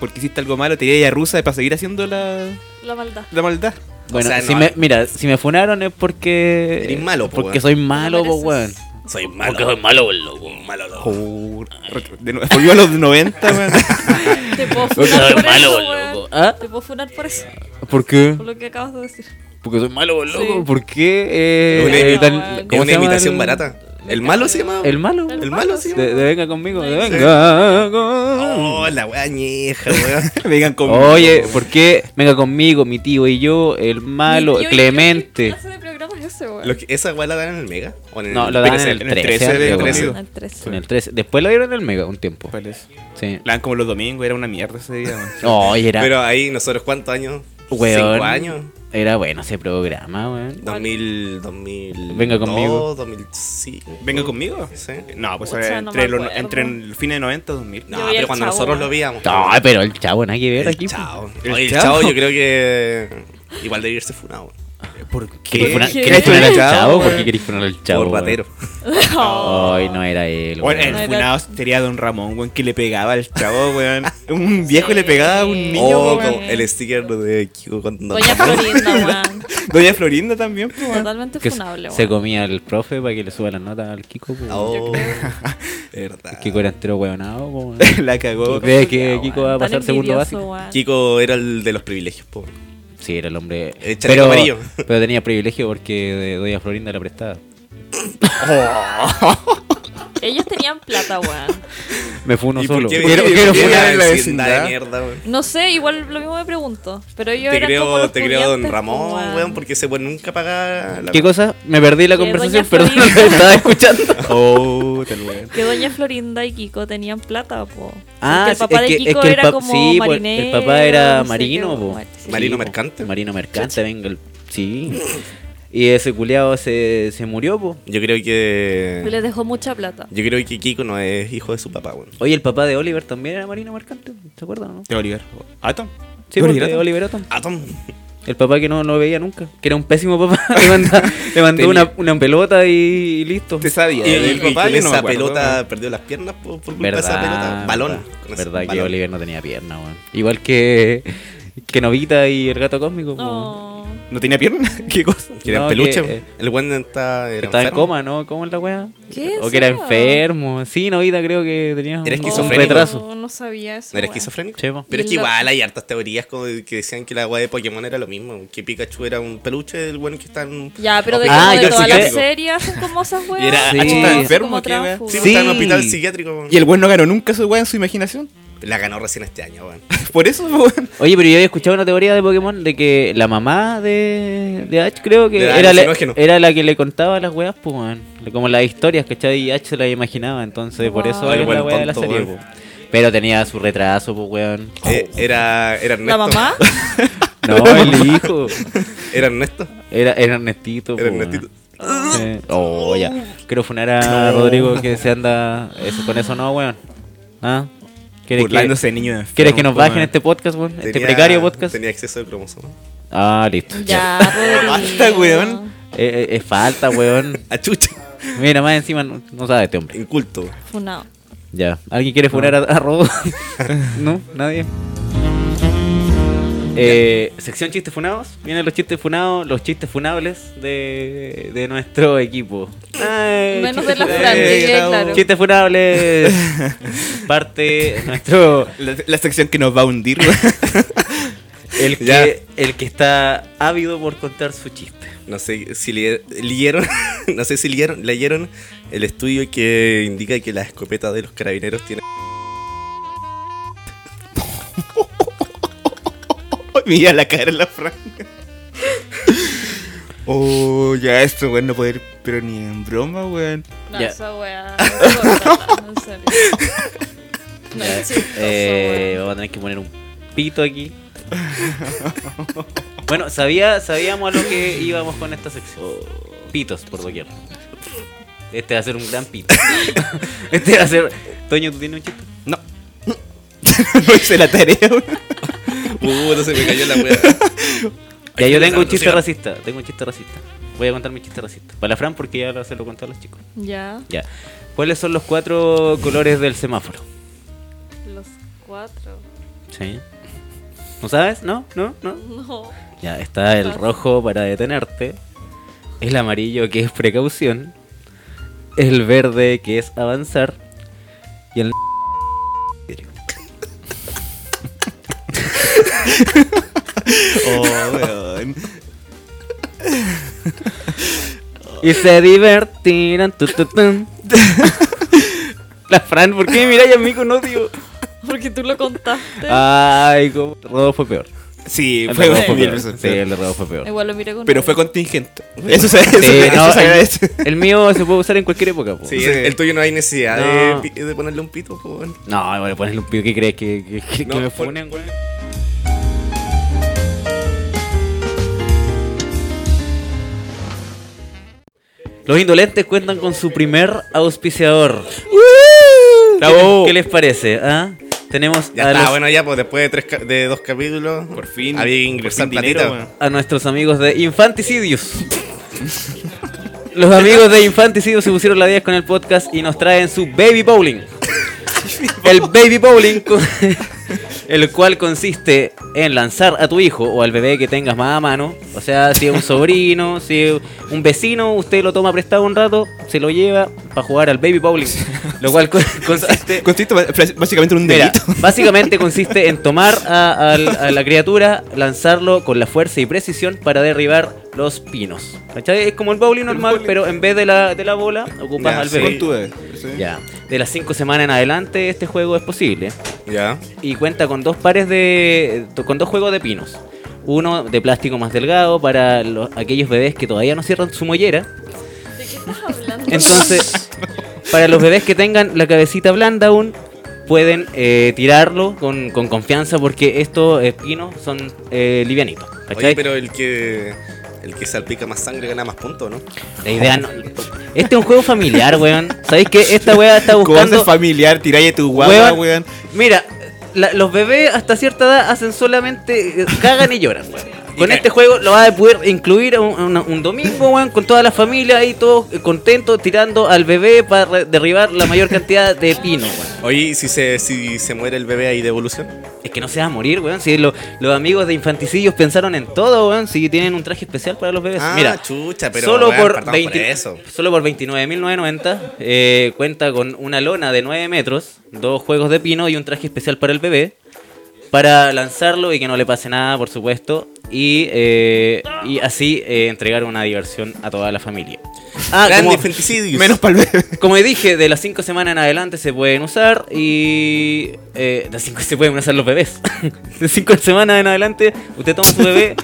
Speaker 2: porque hiciste algo malo, te iría a rusa para seguir haciendo la,
Speaker 3: La maldad.
Speaker 2: la maldad.
Speaker 1: Bueno,
Speaker 4: o sea,
Speaker 1: si
Speaker 4: no, eh.
Speaker 1: me, mira, si me funaron es porque.
Speaker 4: Eres malo, po,
Speaker 1: Porque
Speaker 4: weón.
Speaker 1: soy malo, po,
Speaker 3: No
Speaker 1: weón.
Speaker 3: mereces.
Speaker 4: Soy malo.
Speaker 1: Porque soy malo, weón, loco.
Speaker 4: malo, loco.
Speaker 2: Oh, re- de nue- volvió a los 90, weón.
Speaker 3: Te puedo
Speaker 1: Porque soy
Speaker 3: funar por
Speaker 1: malo,
Speaker 3: eso,
Speaker 1: weón,
Speaker 3: weón.
Speaker 1: loco. ¿Ah?
Speaker 3: Te puedo funar por eso,
Speaker 1: ¿Por qué?
Speaker 3: por lo que acabas de decir.
Speaker 1: Porque soy malo, weón, loco.
Speaker 3: Sí.
Speaker 1: ¿Por qué? Eh,
Speaker 4: Una-
Speaker 1: eh,
Speaker 3: Es
Speaker 1: ¿cómo
Speaker 4: Es
Speaker 1: se
Speaker 4: una
Speaker 1: llama
Speaker 4: imitación
Speaker 1: el-
Speaker 4: barata. ¿El malo se llamaba?
Speaker 1: ¿El malo?
Speaker 4: El malo se
Speaker 1: De,
Speaker 4: llamaba.
Speaker 1: de venga conmigo, de
Speaker 3: Sí.
Speaker 1: venga.
Speaker 4: Oh, la wea añeja, weón.
Speaker 2: Vengan conmigo.
Speaker 4: Oh,
Speaker 1: Oye, ¿por qué? Venga conmigo, mi tío y yo, el malo,
Speaker 3: Mi tío, yo creo que ¿Qué
Speaker 1: Clemente.
Speaker 3: clase de programa es ese, weón?
Speaker 4: Lo que- ¿Esa weá la dan en el Mega? ¿O en el
Speaker 1: No, lo dan en
Speaker 4: PRC?
Speaker 1: el
Speaker 2: en el
Speaker 1: 13.
Speaker 2: 13 de
Speaker 1: creo que
Speaker 4: Comido.
Speaker 3: En el 13.
Speaker 1: En el 13. Después lo dieron en el Mega un tiempo.
Speaker 2: ¿Cuál es?
Speaker 1: Sí.
Speaker 2: La dan como los domingos, era una mierda ese día, weón.
Speaker 1: No, y era.
Speaker 4: Pero ahí, ¿nosotros cuántos años?
Speaker 1: weón,
Speaker 4: ¿Cinco años?
Speaker 1: Era bueno ese programa, weón.
Speaker 4: 2000, 2000.
Speaker 1: Venga conmigo.
Speaker 4: 2005.
Speaker 2: ¿Vengan conmigo?
Speaker 4: Sí.
Speaker 2: No, pues
Speaker 3: Pucha,
Speaker 2: eh,
Speaker 3: no
Speaker 2: entre,
Speaker 3: me
Speaker 2: los-
Speaker 3: acuerdo.
Speaker 2: entre el fin de 90 y 2000.
Speaker 4: No,
Speaker 3: Yo vi
Speaker 4: pero
Speaker 3: el
Speaker 4: cuando
Speaker 3: Chavo,
Speaker 4: nosotros
Speaker 3: ¿no?
Speaker 4: lo veíamos.
Speaker 1: No, pero el chavo, nada que ver
Speaker 4: el
Speaker 1: aquí.
Speaker 4: chavo.
Speaker 2: El
Speaker 4: Oye, el
Speaker 2: Chavo.
Speaker 4: chavo, yo creo que. Igual debe irse funado.
Speaker 2: ¿Por
Speaker 1: ¿Querés funar
Speaker 3: ¿Qué?
Speaker 1: querés funar al
Speaker 2: Chavo,
Speaker 1: chavo? ¿Por qué
Speaker 2: weón?
Speaker 1: querés funar al chavo?
Speaker 4: Por
Speaker 1: weón?
Speaker 4: ratero.
Speaker 3: Oh.
Speaker 1: Ay, no era él.
Speaker 2: Bueno,
Speaker 1: weón.
Speaker 2: el
Speaker 3: era-
Speaker 2: funado sería Don Ramón, weón, que le pegaba al chavo, weón. Un viejo le pegaba a un niño,
Speaker 4: Oh,
Speaker 2: weón.
Speaker 4: como el sticker de Kiko cuando.
Speaker 3: Doña Florinda, weón.
Speaker 2: Doña Florinda también, pues, weón.
Speaker 3: Totalmente
Speaker 1: Que
Speaker 3: funable,
Speaker 1: se
Speaker 3: weón.
Speaker 1: comía el profe para que le suba las notas al Kiko. weón.
Speaker 4: Oh, verdad.
Speaker 1: Kiko era entero weonado. weón.
Speaker 2: La cagó.
Speaker 1: ¿Tú crees que
Speaker 3: Ya,
Speaker 1: Kiko
Speaker 3: weón.
Speaker 1: va a
Speaker 3: Tan
Speaker 1: pasar segundo
Speaker 3: envidioso,
Speaker 1: básico?
Speaker 3: weón.
Speaker 4: Kiko era el de los privilegios, po.
Speaker 1: Sí, era el hombre.
Speaker 4: El chaleco
Speaker 1: Pero,
Speaker 4: amarillo.
Speaker 1: pero tenía privilegio porque de- doña Florinda la prestaba.
Speaker 3: Ellos tenían plata, weón.
Speaker 1: Me fue uno
Speaker 4: ¿Y por
Speaker 1: solo.
Speaker 4: qué
Speaker 2: Quiero-
Speaker 4: vivía-
Speaker 2: quiero
Speaker 4: vivía
Speaker 2: funar en la
Speaker 4: vecindad
Speaker 2: vecindad.
Speaker 4: de mierda, weón?
Speaker 3: No sé, igual lo mismo me pregunto. Pero ellos
Speaker 4: Te
Speaker 3: eran como
Speaker 4: creo,
Speaker 3: los
Speaker 4: te creo Don
Speaker 3: pudientes,
Speaker 4: Ramón,
Speaker 3: weón.
Speaker 4: weón, porque ese weón nunca pagaba la.
Speaker 1: ¿Qué cosa? Me perdí la
Speaker 3: Que
Speaker 1: conversación,
Speaker 3: Eh, doña
Speaker 1: perdón,
Speaker 3: Florinda.
Speaker 1: la estaba escuchando.
Speaker 2: Oh, tal weón.
Speaker 3: Que Doña Florinda y Kiko tenían plata, po.
Speaker 1: Ah,
Speaker 3: Porque
Speaker 1: sí,
Speaker 3: el papá
Speaker 1: es
Speaker 3: de
Speaker 1: que- es
Speaker 3: Kiko
Speaker 1: que el
Speaker 3: era
Speaker 1: pap-
Speaker 3: como
Speaker 1: sí, po,
Speaker 3: marinero.
Speaker 1: el papá era
Speaker 3: no sé
Speaker 1: marino,
Speaker 3: qué,
Speaker 1: po.
Speaker 3: weón. Sí.
Speaker 4: Marino
Speaker 1: po.
Speaker 4: mercante.
Speaker 1: Marino mercante, venga. el- Sí. Y ese culeado se, se murió, po.
Speaker 4: Yo creo que.
Speaker 3: Les dejó mucha plata.
Speaker 4: Yo creo que Kiko no es hijo de su papá, weón.
Speaker 1: Oye, el papá de Oliver también era marino mercante, ¿te acuerdas, no?
Speaker 2: De Oliver. Atom.
Speaker 1: Sí,
Speaker 2: ¿De
Speaker 1: porque
Speaker 2: Oliver Atom?
Speaker 1: Oliver Atom.
Speaker 4: Atom.
Speaker 1: El papá que no lo veía nunca, que era un pésimo papá. le manda- le mandó
Speaker 2: Tenía-
Speaker 1: una, una pelota y, y listo.
Speaker 2: Te sabía.
Speaker 4: Y,
Speaker 2: del
Speaker 4: y- y
Speaker 2: papá,
Speaker 4: con
Speaker 2: yo no me
Speaker 4: esa
Speaker 2: acuerdo,
Speaker 4: pelota
Speaker 2: weón.
Speaker 4: perdió las piernas por, por culpa de
Speaker 1: verdad,
Speaker 4: esa pelota. Balón.
Speaker 1: verdad,
Speaker 4: con ese
Speaker 1: Verdad que
Speaker 4: balón.
Speaker 1: Oliver no tenía pierna, weón. Igual que, que Novita y el gato cósmico. weón.
Speaker 3: No.
Speaker 2: ¿No tenía pierna? ¿Qué cosa?
Speaker 4: Que era
Speaker 1: No,
Speaker 4: peluche.
Speaker 1: que, eh,
Speaker 4: el weón está. Era
Speaker 1: Estaba en
Speaker 4: enfermo.
Speaker 1: coma, ¿no? ¿Cómo es la weá?
Speaker 3: ¿Qué?
Speaker 1: O que era
Speaker 3: ¿En serio?
Speaker 1: enfermo. Sí, Novita creo que tenía un,
Speaker 4: Era
Speaker 1: un
Speaker 4: esquizofrénico.
Speaker 1: retraso.
Speaker 3: No, no sabía eso.
Speaker 4: ¿No era
Speaker 3: weón.
Speaker 4: esquizofrénico?
Speaker 1: Sí, po.
Speaker 4: Pero es que
Speaker 3: Y lo-
Speaker 4: igual hay hartas teorías como de que decían que la agua de Pokémon era lo mismo. Que Pikachu era un peluche del weón que está en un.
Speaker 3: Ya, pero de,
Speaker 1: Ah,
Speaker 3: como
Speaker 1: yo
Speaker 3: de todas
Speaker 1: escuché-
Speaker 3: las series hacen como esas weas.
Speaker 4: Y era-
Speaker 1: Sí. ah, ¿está
Speaker 2: enfermo
Speaker 3: como
Speaker 2: o qué, wea?
Speaker 3: transfugas.
Speaker 4: Sí, pues,
Speaker 1: Sí.
Speaker 4: está en un hospital psiquiátrico. weón.
Speaker 2: Y el weón no ganó nunca su weón en su imaginación.
Speaker 4: La ganó recién este año, weón.
Speaker 2: Por eso, weón.
Speaker 1: Oye, pero yo había escuchado una teoría de Pokémon de que la mamá de, de Ash creo que
Speaker 4: De Ash,
Speaker 1: era, la-
Speaker 4: alucinógeno.
Speaker 1: era la que le contaba las weas, pues, weón. Como las historias, ¿cachai? Y Ash se las imaginaba, entonces por eso
Speaker 3: Wow.
Speaker 1: era
Speaker 4: Ay,
Speaker 1: la
Speaker 4: bueno,
Speaker 1: wea de la
Speaker 4: tonto,
Speaker 1: serie,
Speaker 4: weón.
Speaker 1: po. Pero tenía su retraso, pues, weón.
Speaker 4: Eh, era, era Ernesto.
Speaker 3: ¿La mamá?
Speaker 1: No, el hijo.
Speaker 4: Era Ernesto.
Speaker 1: Era, era Ernestito,
Speaker 4: Era
Speaker 1: po,
Speaker 4: Ernestito.
Speaker 1: weón. Sí. Oh, ya. Quiero funar a Rodrigo que se anda. eso- con eso no, weón. ¿Ah? ¿Quieres que,
Speaker 2: Burlándose de niño enfermo,
Speaker 1: quieres que nos
Speaker 2: weón.
Speaker 1: bajen este podcast, weón? Este
Speaker 4: Tenía-
Speaker 1: precario podcast.
Speaker 4: Tenía exceso de cromosomas.
Speaker 1: Ah, listo.
Speaker 3: Ya,
Speaker 2: Basta,
Speaker 3: Rodrigo.
Speaker 2: weón.
Speaker 1: Eh, eh, es falta, weón.
Speaker 4: A chucha.
Speaker 1: Mira, más encima no, no sabe este hombre.
Speaker 4: Inculto.
Speaker 3: Funado.
Speaker 1: Ya. ¿Alguien quiere funar a, a Rodo? no, nadie. Eh, sección chistes funados. Vienen los chistes funados, los chistes funables de, de nuestro equipo. Ay,
Speaker 3: Menos de
Speaker 1: chistes
Speaker 3: la
Speaker 1: funables.
Speaker 3: Fran,
Speaker 2: eh,
Speaker 3: eh,
Speaker 2: bravo.
Speaker 3: claro.
Speaker 1: Chistes funables. Parte nuestro.
Speaker 2: La, la sección que nos va a hundir, weón.
Speaker 1: El
Speaker 4: Ya.
Speaker 1: que, el que está ávido por contar su chiste.
Speaker 4: No sé si le- leyeron, no sé si leyeron, leyeron el estudio que indica que las escopetas de los carabineros tienen.
Speaker 2: Mira la cara en la franja. Oh, ya esto, weón, no poder, pero ni en broma, weón.
Speaker 3: No,
Speaker 1: Ya.
Speaker 3: esa wea. córtala, En serio. No,
Speaker 1: Ya,
Speaker 3: es chistoso,
Speaker 1: eh,
Speaker 3: weón.
Speaker 1: vamos a tener que poner un pito aquí. bueno, sabía, sabíamos a lo que íbamos con esta sección. Pitos por doquier. Este va a ser un gran pito. este va a ser. Toño, ¿tú tienes un chiste?
Speaker 2: No. no hice la tarea, weón.
Speaker 4: Uh, no se me cayó la wea.
Speaker 1: Ya yo tengo un
Speaker 4: Sigamos,
Speaker 1: chiste
Speaker 4: sigamos.
Speaker 1: racista, tengo un chiste racista. Voy a contar mi chiste racista. Para la Fran porque ya lo- se lo conté a los chicos.
Speaker 3: Ya.
Speaker 1: Ya. ¿Cuáles son los cuatro colores del semáforo?
Speaker 3: Los cuatro.
Speaker 1: Sí. ¿No sabes? ¿No? ¿No? ¿No?
Speaker 3: No.
Speaker 1: Ya, está el
Speaker 3: Ah.
Speaker 1: rojo para detenerte. El amarillo que es precaución. El verde que es avanzar. Y el...
Speaker 2: Oh, weón.
Speaker 1: Y se divertirán. tu, tu, tun. La Fran, ¿por qué mira a mí con odio?
Speaker 3: Porque tú lo contaste.
Speaker 1: Ah, Ay, como... Rodolfo fue peor.
Speaker 2: Sí,
Speaker 1: El de
Speaker 2: fue
Speaker 1: Rodolfo fue
Speaker 2: mil
Speaker 1: peor.
Speaker 2: veces
Speaker 1: Sí,
Speaker 2: peor.
Speaker 1: el de Rodolfo fue peor.
Speaker 3: Igual lo miré con.
Speaker 2: Pero fue
Speaker 3: odio.
Speaker 2: contingente. Eso se, eso,
Speaker 1: Sí, no,
Speaker 2: se-
Speaker 1: eh,
Speaker 2: eso se
Speaker 1: el-
Speaker 2: agradece.
Speaker 1: El mío se puede usar en cualquier época. po.
Speaker 4: Sí, el, el tuyo no hay necesidad
Speaker 1: No.
Speaker 4: De, pi- de ponerle un pito, po, weón.
Speaker 1: No, bueno, ponle un pido que crees que, que, que-
Speaker 4: No,
Speaker 1: que me
Speaker 4: pon-
Speaker 1: funen, güey. Los indolentes cuentan con su primer auspiciador.
Speaker 2: Bravo.
Speaker 1: ¿Qué les parece? ah? Tenemos
Speaker 4: Ya
Speaker 1: a,
Speaker 4: está,
Speaker 1: los-
Speaker 4: bueno, ya, pues después de, tres ca- de dos capítulos.
Speaker 2: Por fin.
Speaker 4: Había que ingresar
Speaker 2: por fin
Speaker 4: platita.
Speaker 2: dinero, weón.
Speaker 1: a nuestros amigos de Infanticidios. Los amigos de Infanticidios se pusieron la 10 con el podcast y nos traen su Baby Bowling. El Baby Bowling, co- el cual consiste en lanzar a tu hijo o al bebé que tengas más a mano. O sea, si es un sobrino, si es un vecino, usted lo toma prestado un rato, se lo lleva para jugar al Baby Bowling. Lo cual co- consiste
Speaker 2: Consiste ba- fra- básicamente en un
Speaker 1: Mira,
Speaker 2: delito.
Speaker 1: básicamente consiste en tomar a, al- a la criatura, lanzarlo con la fuerza y precisión para derribar los pinos. ¿Cachai? Es como el bowling normal, pero en vez de la, de la bola, ocupas
Speaker 4: Ya,
Speaker 1: al
Speaker 4: sí.
Speaker 1: bebé.
Speaker 2: Con tu bebé.
Speaker 1: Ya. De las 5 semanas en adelante, este juego es posible.
Speaker 4: Ya.
Speaker 1: Y cuenta con dos pares de. con dos juegos de pinos. Uno de plástico más delgado para los- aquellos bebés que todavía no cierran su mollera.
Speaker 3: ¿De qué estás hablando?
Speaker 1: Entonces, para los bebés que tengan la cabecita blanda aún, pueden eh, tirarlo con, con confianza porque estos eh, pinos son eh, livianitos. ¿cachai?
Speaker 4: Oye, pero el que. El que salpica más sangre gana más puntos, ¿no?
Speaker 1: La idea no- Este es un juego familiar, weón. ¿Sabéis que esta weá está
Speaker 2: Como haces
Speaker 1: buscando...
Speaker 2: familiar, tiralle tu guagua,
Speaker 1: Weón.
Speaker 2: weón.
Speaker 1: Mira, la- los bebés hasta cierta edad hacen solamente eh, cagan y lloran, weón. Con
Speaker 4: Y
Speaker 1: este juego lo vas a poder incluir un, un- un domingo, weón, con toda la familia ahí todos eh, contentos tirando al bebé para re- derribar la mayor cantidad de pinos, weón.
Speaker 4: Oye, ¿y si se, si se muere el bebé, hay devolución.
Speaker 1: Es que no se va a morir, weón. Si lo- los amigos de infanticidios pensaron en todo, weón. Si tienen un traje especial para los bebés.
Speaker 4: Ah,
Speaker 1: Mira,
Speaker 4: chucha, pero.
Speaker 1: solo,
Speaker 4: weón,
Speaker 1: por
Speaker 4: partamos
Speaker 1: 20
Speaker 4: eso.
Speaker 1: solo por 29.990 eh, cuenta con una lona de 9 metros, dos juegos de pino y un traje especial para el bebé. Para lanzarlo y que no le pase nada, por supuesto. Y, eh, y así eh, entregar una diversión a toda la familia. Ah,
Speaker 4: Grande
Speaker 1: como-
Speaker 4: infanticidios.
Speaker 2: Menos para el bebé.
Speaker 1: como dije, de las 5 semanas en adelante se pueden usar y. eh, de las 5 se pueden usar los bebés. De 5 semanas en adelante, usted toma su bebé.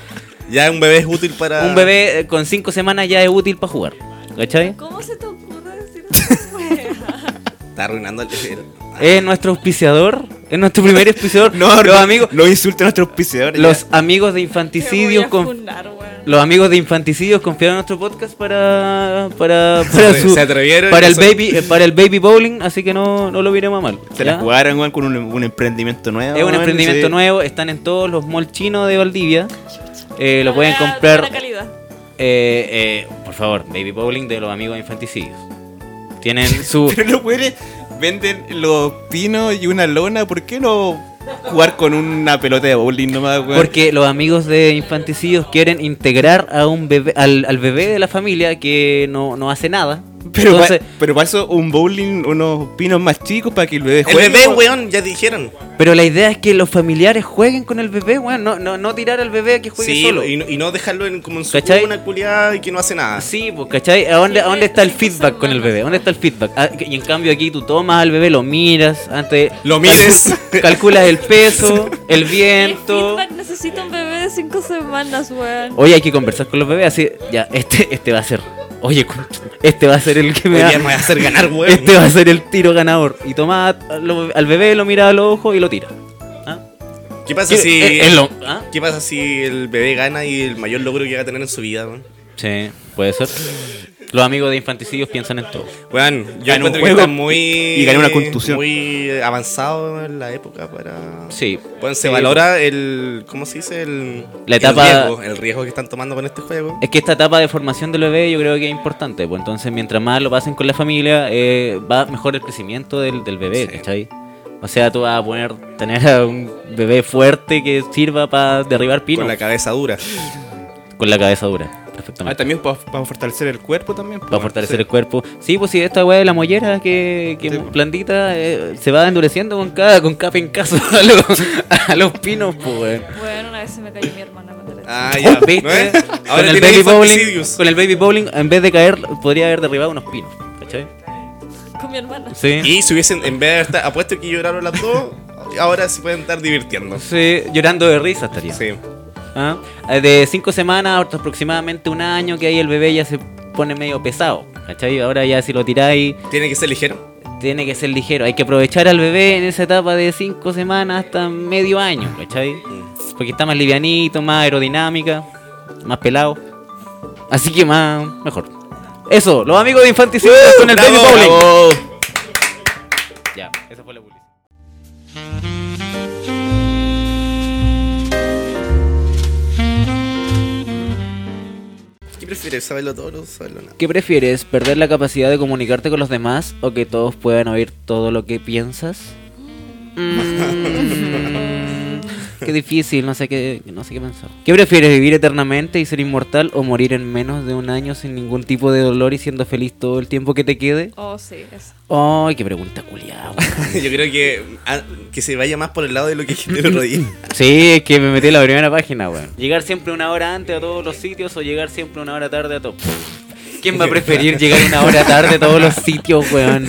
Speaker 4: Ya un bebé es útil para.
Speaker 1: Un bebé eh, con 5 semanas ya es útil para jugar. ¿Cachai?
Speaker 3: ¿Cómo se te ocurre decir esa wea?
Speaker 4: Está arruinando el. el-
Speaker 1: Es nuestro auspiciador. Es nuestro primer auspiciador.
Speaker 2: No,
Speaker 1: los amigos.
Speaker 2: Lo insulta a nuestros auspiciadores.
Speaker 1: Los amigos de
Speaker 3: Te
Speaker 1: infanticidios
Speaker 3: voy a
Speaker 1: con.
Speaker 3: funar, weón.
Speaker 1: Los amigos de infanticidios confiaron en nuestro podcast para. para. para
Speaker 4: Se-
Speaker 1: su-
Speaker 4: se atrevieron y
Speaker 1: para el
Speaker 4: nosotros-
Speaker 1: baby. eh, Para el baby bowling, así que no, no lo miremos mal.
Speaker 2: ya. Se
Speaker 1: ¿ya?
Speaker 2: la jugaron, weón, con un, un emprendimiento nuevo.
Speaker 1: Es un
Speaker 2: weón,
Speaker 1: emprendimiento
Speaker 2: sí.
Speaker 1: nuevo, están en todos los malls chinos de Valdivia. Eh, lo
Speaker 3: Para
Speaker 1: pueden comprar,
Speaker 3: buena calidad.
Speaker 1: eh, eh, por favor, Baby Bowling de los amigos de infanticidios. Tienen su...
Speaker 2: Pero los weones venden los pinos y una lona. ¿Por qué no jugar con una pelota de bowling nomás, weón?
Speaker 1: Porque los amigos de infanticidios quieren integrar a un bebé, al, al bebé de la familia que no, no hace nada.
Speaker 2: Pero, pa-
Speaker 1: Entonces-
Speaker 2: pero para eso un bowling, unos pinos más chicos para que el bebé
Speaker 4: El
Speaker 2: juegue.
Speaker 4: bebé,
Speaker 2: weón.
Speaker 4: weón, ya dijeron.
Speaker 1: pero la idea es que los familiares jueguen con el bebé, weón. No, no, no tirar al bebé a que juegue
Speaker 4: Sí,
Speaker 1: solo.
Speaker 4: Y, no, y no dejarlo en, como en su
Speaker 1: ¿Cachai?
Speaker 4: cuna culiada y que no hace nada.
Speaker 1: Sí, pues, ¿cachai? ¿A dónde, a dónde está el feedback con el bebé? ¿Dónde está el feedback? Ah, y en cambio aquí tú tomas al bebé, lo miras, antes...
Speaker 4: Lo mires.
Speaker 1: calcu- calculas el peso, el
Speaker 3: ¿Qué
Speaker 1: viento...
Speaker 3: feedback necesita un bebé de cinco semanas, weón?
Speaker 1: Oye, hay que conversar con los bebés, así... Ya, este, este va a ser... Oye, cu- este va a ser el que me
Speaker 4: Hoy
Speaker 1: va...
Speaker 4: día me voy a hacer ganar, weón.
Speaker 1: Este va a ser el tiro ganador. Y toma a lo- al bebé, lo mira a los ojos y lo tira. ¿Ah?
Speaker 4: ¿Qué pasa si.
Speaker 1: Eh, eh, lo- ¿Ah?
Speaker 4: ¿Qué pasa si el bebé gana y el mayor logro que va a tener en su vida, weón?
Speaker 1: Sí, puede ser. Los amigos de infanticidios piensan en todo.
Speaker 4: Bueno, yo
Speaker 2: Ganó
Speaker 4: encuentro
Speaker 2: un
Speaker 4: que
Speaker 2: juego
Speaker 4: está muy.
Speaker 2: y ganó una contusión.
Speaker 4: Muy avanzado en la época para.
Speaker 1: Sí.
Speaker 4: Bueno, se
Speaker 1: Sí.
Speaker 4: valora el. ¿Cómo se dice? El,
Speaker 1: Eh, La
Speaker 4: el
Speaker 1: etapa-
Speaker 4: riesgo, el riesgo que están tomando con este juego.
Speaker 1: Es que esta etapa de formación del bebé yo creo que es importante, pues entonces mientras más lo pasen con la familia, eh, va mejor el crecimiento del, del bebé,
Speaker 4: Sí.
Speaker 1: ¿cachai? O sea, tú vas a poner, tener a un bebé fuerte que sirva para derribar pinos.
Speaker 4: Con la cabeza dura.
Speaker 1: Con la cabeza dura,
Speaker 2: Ah,
Speaker 1: perfectamente.
Speaker 2: también para fortalecer el cuerpo también. pues,
Speaker 1: Va a
Speaker 2: bueno,
Speaker 1: fortalecer
Speaker 2: sí.
Speaker 1: el cuerpo. Sí, pues si esta weá de la mollera que, que
Speaker 4: pues.
Speaker 2: Sí, po.
Speaker 1: blandita eh, se va endureciendo con cada, con cada pincazo a los, a los pinos, pues weón.
Speaker 3: Bueno, una vez se me cayó mi hermana cuando era chica.
Speaker 4: Ah, ya.
Speaker 1: ¿Viste?
Speaker 4: ¿no es?
Speaker 1: Con
Speaker 4: Ahora
Speaker 1: el,
Speaker 4: tiene
Speaker 1: baby bowling,
Speaker 4: infanticidios.
Speaker 1: con el baby bowling, en vez de caer, podría haber derribado unos pinos, ¿cachai?
Speaker 3: Con mi hermana.
Speaker 1: Sí.
Speaker 4: Y si hubiesen, en vez de estar, apuesto que lloraron las dos, ahora se pueden estar divirtiendo.
Speaker 1: Sí, llorando de risa estaría.
Speaker 4: Sí.
Speaker 1: Ah, eh, De cinco semanas hasta aproximadamente un año que ahí el bebé ya se pone medio pesado. ¿Cachai? Ahora ya si lo tiráis,
Speaker 4: Tiene que ser ligero.
Speaker 1: tiene que ser ligero. Hay que aprovechar al bebé en esa etapa de cinco semanas hasta medio año, ¿cachai?
Speaker 4: Mm.
Speaker 1: Porque está más livianito, más aerodinámica, más pelado. Así que más, mejor. Eso, los amigos de Infanticidio con el
Speaker 4: ¡Uh! ¡Bravo!
Speaker 1: baby bowling.
Speaker 4: ¡Bravo!
Speaker 1: Ya, esa fue la publicidad.
Speaker 4: ¿Qué prefieres? ¿Saberlo todo o saberlo nada?
Speaker 1: ¿Qué prefieres? ¿Perder la capacidad de comunicarte con los demás o que todos puedan oír todo lo que piensas? Mm, qué difícil, no sé qué, no sé qué pensar. ¿Qué prefieres, vivir eternamente y ser inmortal o morir en menos de un año sin ningún tipo de dolor y siendo feliz todo el tiempo que te quede?
Speaker 3: Oh, sí, eso.
Speaker 1: Ay, qué pregunta culiada.
Speaker 4: Yo creo que, ah, que se vaya más por el lado de lo que dijiste el otro día.
Speaker 1: Sí, es que me metí en la primera página, weón. Llegar siempre una hora antes a todos los sitios o llegar siempre una hora tarde a todos. ¿Quién va a preferir llegar una hora tarde a todos los sitios, weón?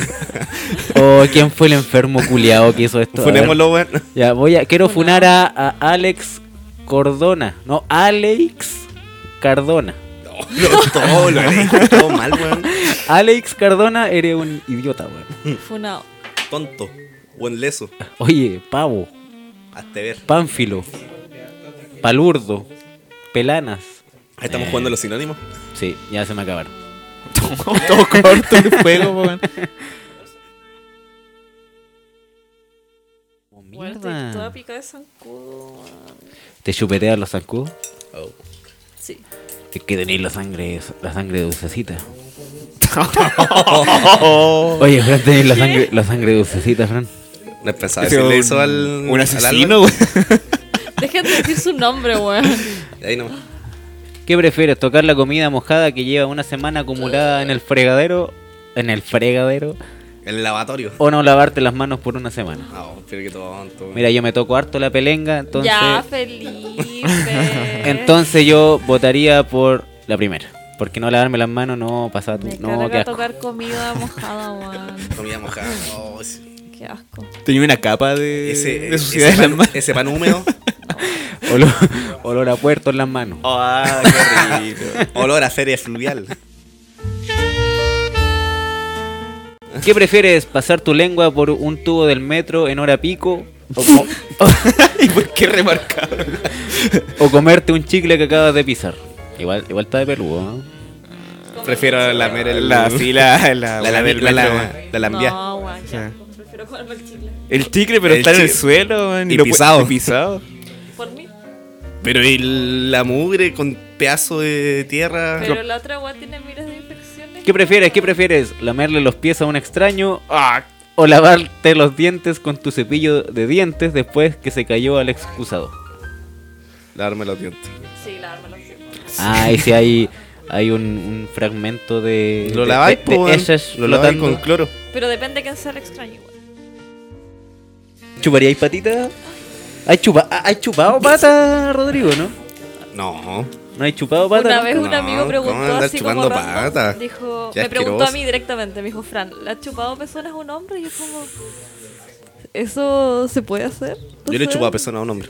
Speaker 1: O quién fue el enfermo culiado que hizo esto. A ver,
Speaker 4: Funémoslo, weón.
Speaker 1: Ya, voy a. Quiero funar a, a Alex Cordona. No, Alex Cardona.
Speaker 4: No, todo, lo leí, todo mal, weón.
Speaker 1: Alex Cardona, eres un idiota, weón.
Speaker 3: Funao.
Speaker 4: Tonto. Buen leso.
Speaker 1: Oye, pavo,
Speaker 4: Hasta ver.
Speaker 1: pánfilo, palurdo, pelanas.
Speaker 4: Ahí estamos
Speaker 1: Eh.
Speaker 4: jugando los sinónimos.
Speaker 1: Sí, ya se me acabaron.
Speaker 2: Todo corto el juego, po, weón.
Speaker 3: Bueno, estoy toda pica de zancudo. weón.
Speaker 1: ¿Te chupetean los zancudos?
Speaker 3: Sí.
Speaker 1: Es que tenéis la sangre, la sangre dulcecita. Oye, Fran, tenéis la sangre, la sangre dulcecita, Fran.
Speaker 4: No pensaba
Speaker 2: Ese
Speaker 4: decirle
Speaker 2: un-
Speaker 4: eso al.
Speaker 2: Un
Speaker 4: al
Speaker 2: asesino, weón.
Speaker 3: Dejen de decir su nombre, weón.
Speaker 4: Álvaro. Ahí nomás.
Speaker 1: ¿Qué prefieres, tocar la comida mojada que lleva una semana acumulada en el fregadero, en el fregadero,
Speaker 4: El lavatorio.
Speaker 1: o no lavarte las manos por una semana?
Speaker 4: Ah, oh, pero que tonto. weón.
Speaker 1: Mira, yo me toco harto la pelenga, entonces,
Speaker 3: Ya, Felipe.
Speaker 1: entonces yo votaría por la primera, porque no lavarme las manos no pasa
Speaker 3: Me
Speaker 1: no,
Speaker 3: carga
Speaker 1: qué asco.
Speaker 3: tocar comida mojada, weón.
Speaker 4: Comida mojada. Oh, ese,
Speaker 3: Qué asco.
Speaker 2: Tenía una capa de,
Speaker 4: ese,
Speaker 2: Eh, de suciedad
Speaker 4: ese
Speaker 2: en las
Speaker 4: pan,
Speaker 2: manos.
Speaker 4: ese pan húmedo.
Speaker 1: Olor, olor a puerto en las manos.
Speaker 4: Ah, qué rico. Olor a feria fluvial.
Speaker 1: ¿Qué prefieres? ¿Pasar tu lengua por un tubo del metro en hora pico? O,
Speaker 2: ¿Y por qué remarcado?
Speaker 1: o- o comerte un chicle que acabas de pisar. Igual, igual está de peludo, ¿no?
Speaker 4: Prefiero lamer el.
Speaker 2: La fila, la,
Speaker 4: La, la,
Speaker 2: del
Speaker 4: la, la,
Speaker 2: metro,
Speaker 4: la,
Speaker 2: weón.
Speaker 4: lambia.
Speaker 3: No, weón, qué
Speaker 2: O sea.
Speaker 3: asco. Prefiero comerme el chicle.
Speaker 2: El chicle, pero
Speaker 4: El
Speaker 2: está en el
Speaker 4: chicle.
Speaker 2: suelo, weón,
Speaker 4: Y
Speaker 2: lo pu-
Speaker 4: pisado.
Speaker 2: y pisado.
Speaker 3: Por mí.
Speaker 4: Pero y la mugre con pedazo de tierra.
Speaker 3: Pero la otra weón tiene miles de infecciones.
Speaker 1: ¿Qué prefieres? ¿Qué prefieres? ¿Lamerle los pies a un extraño
Speaker 2: Ah,
Speaker 1: o lavarte los dientes con tu cepillo de dientes después que se cayó al excusado?
Speaker 4: Lavarme los dientes.
Speaker 3: Sí, lavarme los dientes.
Speaker 1: Ah, y si hay, hay un, un fragmento Mm, de...
Speaker 4: Lo
Speaker 1: de-
Speaker 4: laváis,
Speaker 1: de-
Speaker 4: po,
Speaker 1: de
Speaker 4: weón.
Speaker 1: heces
Speaker 4: Lo laváis con
Speaker 1: flotando.
Speaker 4: cloro.
Speaker 3: Pero depende de quién sea el extraño, weón.
Speaker 1: ¿Chuparíais patita? ¿Hay, chupa ¿Hay chupado pata, Rodrigo, no?
Speaker 4: No.
Speaker 1: ¿No hay chupado pata?
Speaker 3: Una
Speaker 1: no?
Speaker 3: vez un
Speaker 4: No,
Speaker 3: amigo
Speaker 4: ¿cómo
Speaker 3: preguntó
Speaker 4: andar
Speaker 3: así como
Speaker 4: chupando
Speaker 3: random,
Speaker 4: pata?
Speaker 3: Dijo,
Speaker 4: Qué
Speaker 3: me preguntó a
Speaker 4: asqueroso.
Speaker 3: mí directamente, me dijo, Fran, ¿le has chupado pezones a un hombre? Y yo como, ¿eso se puede hacer? No
Speaker 4: Yo le
Speaker 3: sé.
Speaker 4: chupo a persona a un hombre.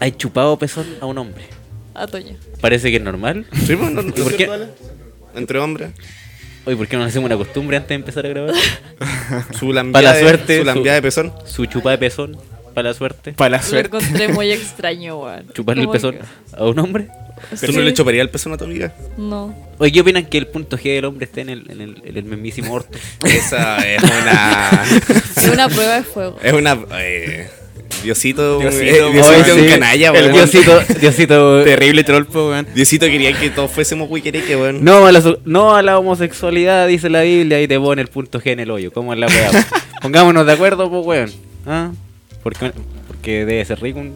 Speaker 1: ¿Hay chupado pezón a un hombre?
Speaker 3: A Toño.
Speaker 1: Parece que es normal.
Speaker 4: Sí, pues, no, no,
Speaker 1: por
Speaker 4: no
Speaker 1: qué?
Speaker 4: vale. Entre hombres.
Speaker 1: Oye, ¿por qué no hacemos una costumbre antes de empezar a grabar?
Speaker 4: Su lambia,
Speaker 1: Para la
Speaker 4: de,
Speaker 1: suerte,
Speaker 4: su lambia
Speaker 1: su-
Speaker 4: de pezón.
Speaker 1: Su chupa de pezón, para la suerte.
Speaker 2: para la
Speaker 3: Lo
Speaker 2: suerte.
Speaker 3: encontré muy extraño, weón.
Speaker 1: Chuparle el
Speaker 3: Como que-
Speaker 1: pezón a un hombre.
Speaker 4: ¿Tú no le chuparías el peso a una amiga?
Speaker 3: No.
Speaker 1: Oye, ¿qué opinan que el punto G del hombre esté en el, en el, en el mismísimo orto?
Speaker 4: Esa es una.
Speaker 3: Es una prueba de fuego.
Speaker 4: es una. eh, Diosito.
Speaker 2: Diosito,
Speaker 4: eh, Diosito
Speaker 2: oye,
Speaker 4: es un
Speaker 2: sí.
Speaker 4: canalla,
Speaker 1: El
Speaker 4: weón.
Speaker 1: Diosito, Diosito.
Speaker 2: Terrible trolpo, weón.
Speaker 4: Diosito quería que todos fuésemos wikereque, weón.
Speaker 1: No a, la, so- no a la homosexualidad, dice la Biblia, y te pone el punto G en el hoyo. ¿Cómo es la weá? po? Pongámonos de acuerdo, pues, weón. ¿Ah? Porque, porque debe ser rico un,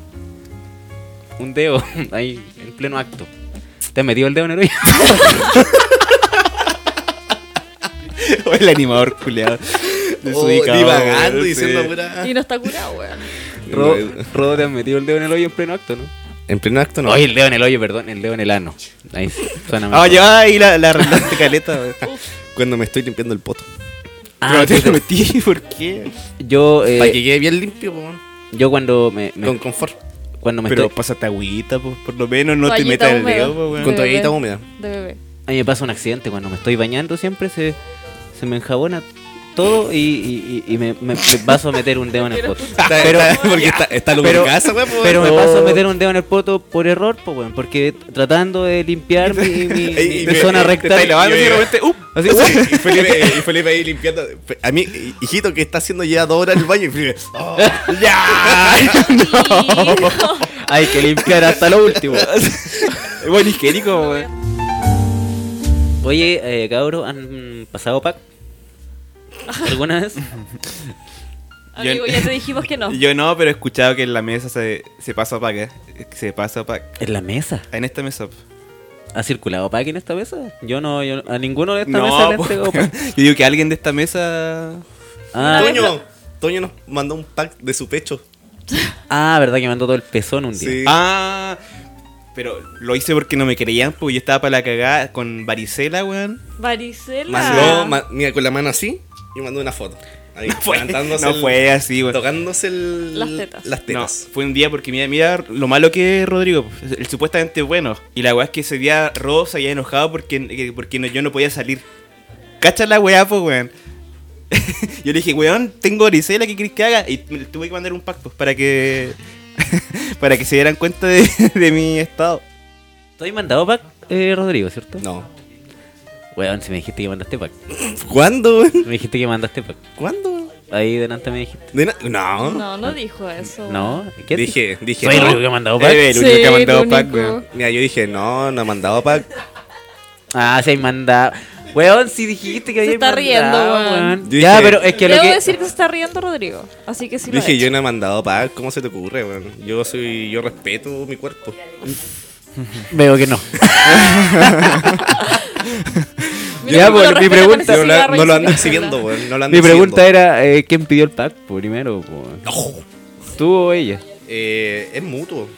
Speaker 1: un dedo ahí en pleno acto. ¿Te has metido el dedo en el hoyo?
Speaker 2: O el animador culiado.
Speaker 4: Oh,
Speaker 2: Desubicado,
Speaker 4: divagando
Speaker 2: weón,
Speaker 4: diciendo
Speaker 2: sí.
Speaker 4: pura.
Speaker 3: Y no está curado, weón.
Speaker 1: Rodo, Rodo, te has metido el dedo en el hoyo en pleno acto, ¿no?
Speaker 4: En pleno acto no.
Speaker 1: Oye, el dedo en el hoyo, perdón, el dedo en el ano. Ahí suena mejor.
Speaker 2: Ah, ya, ahí la, la arreglaste caleta, weón.
Speaker 4: Cuando me estoy limpiando el poto.
Speaker 1: Ah,
Speaker 2: Pero te
Speaker 1: entonces,
Speaker 2: lo metí, ¿por qué?
Speaker 1: yo, eh,
Speaker 4: Para que quede bien limpio, po, weón.
Speaker 1: yo cuando me, me-
Speaker 4: Con confort.
Speaker 1: cuando me
Speaker 2: Pero
Speaker 1: estoy-
Speaker 2: pásate agüita, po, por lo menos no te
Speaker 3: Toallita
Speaker 2: metas el
Speaker 3: húmeda.
Speaker 2: dedo, po, weón.
Speaker 4: Con toallita húmeda.
Speaker 3: De bebé.
Speaker 1: a mí me pasa un accidente cuando me estoy bañando siempre se, se me enjabona todo y, y- y- y me, me- me paso a meter un dedo en el poto.
Speaker 4: Está- está- porque está, está lubricaza, weón, po,
Speaker 1: Pero me
Speaker 4: weón.
Speaker 2: Oh.
Speaker 1: paso a meter un dedo en el poto por error, pues, weón, porque tratando de limpiar mi, mi-
Speaker 4: Y- y
Speaker 1: mi
Speaker 4: me-
Speaker 1: zona
Speaker 4: te
Speaker 1: rectal.
Speaker 2: Estáis lavando y de
Speaker 4: Yo-
Speaker 2: repente, ¡up!
Speaker 1: Así,
Speaker 4: Sí, y, Felipe, y Felipe ahí limpiando. Fe- A mí, hijito, que está haciendo ya dos horas en el baño. Y Felipe, oh, ¡ya!
Speaker 3: Hijo.
Speaker 1: Hay que limpiar hasta lo último.
Speaker 2: Es buen higiénico, weón.
Speaker 1: Oye, eh, cabros, ¿han pasado pack? ¿Alguna vez?
Speaker 3: Amigo, ya te dijimos que
Speaker 1: Oh.
Speaker 3: no.
Speaker 2: Yo no, pero he escuchado que en la mesa se, se pasa pack, eh. Se pasa pack.
Speaker 1: En la mesa.
Speaker 2: En esta mesa.
Speaker 1: ¿Ha circulado pack en esta mesa? Yo no, yo, a ninguno de esta mesa este
Speaker 2: No,
Speaker 1: le han
Speaker 2: po,
Speaker 1: pegado
Speaker 2: weón.
Speaker 1: pack.
Speaker 2: yo digo que alguien de esta mesa.
Speaker 1: Ah,
Speaker 4: Toño, Toño nos mandó un pack de su pecho.
Speaker 1: ah, verdad que mandó todo el pezón un día.
Speaker 4: Sí.
Speaker 2: Ah, pero lo hice porque no me creían, porque yo estaba para la cagada con varicela, weón.
Speaker 3: Varicela.
Speaker 4: Mandó, ma- mira, con la mano así y mandó una foto. Ahí,
Speaker 2: Fue-
Speaker 4: levantándose
Speaker 2: no
Speaker 4: el-
Speaker 2: fue así, weón.
Speaker 4: Tocándose el-
Speaker 3: Las tetas.
Speaker 4: Las
Speaker 2: No,
Speaker 4: tetas.
Speaker 2: fue un día porque mira, mira lo malo que es Rodrigo, pues, el supuestamente bueno. Y la weá es que ese día Rodo se había enojado porque, que- porque no- yo no podía salir. Cacha la weá, pues weón. yo le dije, weón, tengo varicela, ¿qué querés que haga? Y me- le tuve que mandar un pack pues, para que. para que se dieran cuenta de, de mi estado.
Speaker 1: ¿Tú has mandado pack, eh, Rodrigo, cierto?
Speaker 4: No.
Speaker 1: Weón, si me dijiste que mandaste pack.
Speaker 4: ¿Cuándo, weón?
Speaker 1: Me dijiste que mandaste pack.
Speaker 4: ¿Cuándo?
Speaker 1: Ahí delante me dijiste.
Speaker 4: De na- no.
Speaker 3: No, no dijo eso.
Speaker 1: No, ¿qué
Speaker 4: Dije, dije.
Speaker 1: Soy el
Speaker 4: no.
Speaker 1: único que ha mandado pack.
Speaker 2: Eh, el
Speaker 3: Sí,
Speaker 2: único que ha mandado
Speaker 3: el
Speaker 2: pack,
Speaker 3: único.
Speaker 2: weón.
Speaker 4: Mira, yo dije, no, no ha mandado pack.
Speaker 1: Ah, sí, hay mandado. Weón, si dijiste que
Speaker 3: Se
Speaker 1: había
Speaker 3: está riendo, weón.
Speaker 4: Yo
Speaker 1: Ya,
Speaker 4: dije-
Speaker 1: pero es que lo
Speaker 3: Debo
Speaker 1: que.
Speaker 3: decir que se está riendo Rodrigo. Así que sí lo ha
Speaker 4: Dije,
Speaker 3: hecho.
Speaker 4: yo no he mandado pack. ¿Cómo se te ocurre, weón? Yo soy. Yo respeto mi cuerpo.
Speaker 1: Veo que no.
Speaker 3: Mira
Speaker 1: Ya,
Speaker 3: cómo
Speaker 1: pues,
Speaker 3: lo
Speaker 1: mi
Speaker 3: respetan con
Speaker 1: pregunta-
Speaker 3: ese
Speaker 4: No, la-
Speaker 3: cigarro y
Speaker 4: no lo
Speaker 3: esa
Speaker 4: ando
Speaker 3: pistola.
Speaker 4: exhibiendo, weón. No lo ando
Speaker 1: Mi pregunta
Speaker 4: exhibiendo.
Speaker 1: era: eh, ¿quién pidió el pack primero? po? ¿Tú o ella?
Speaker 4: Eh, es mutuo.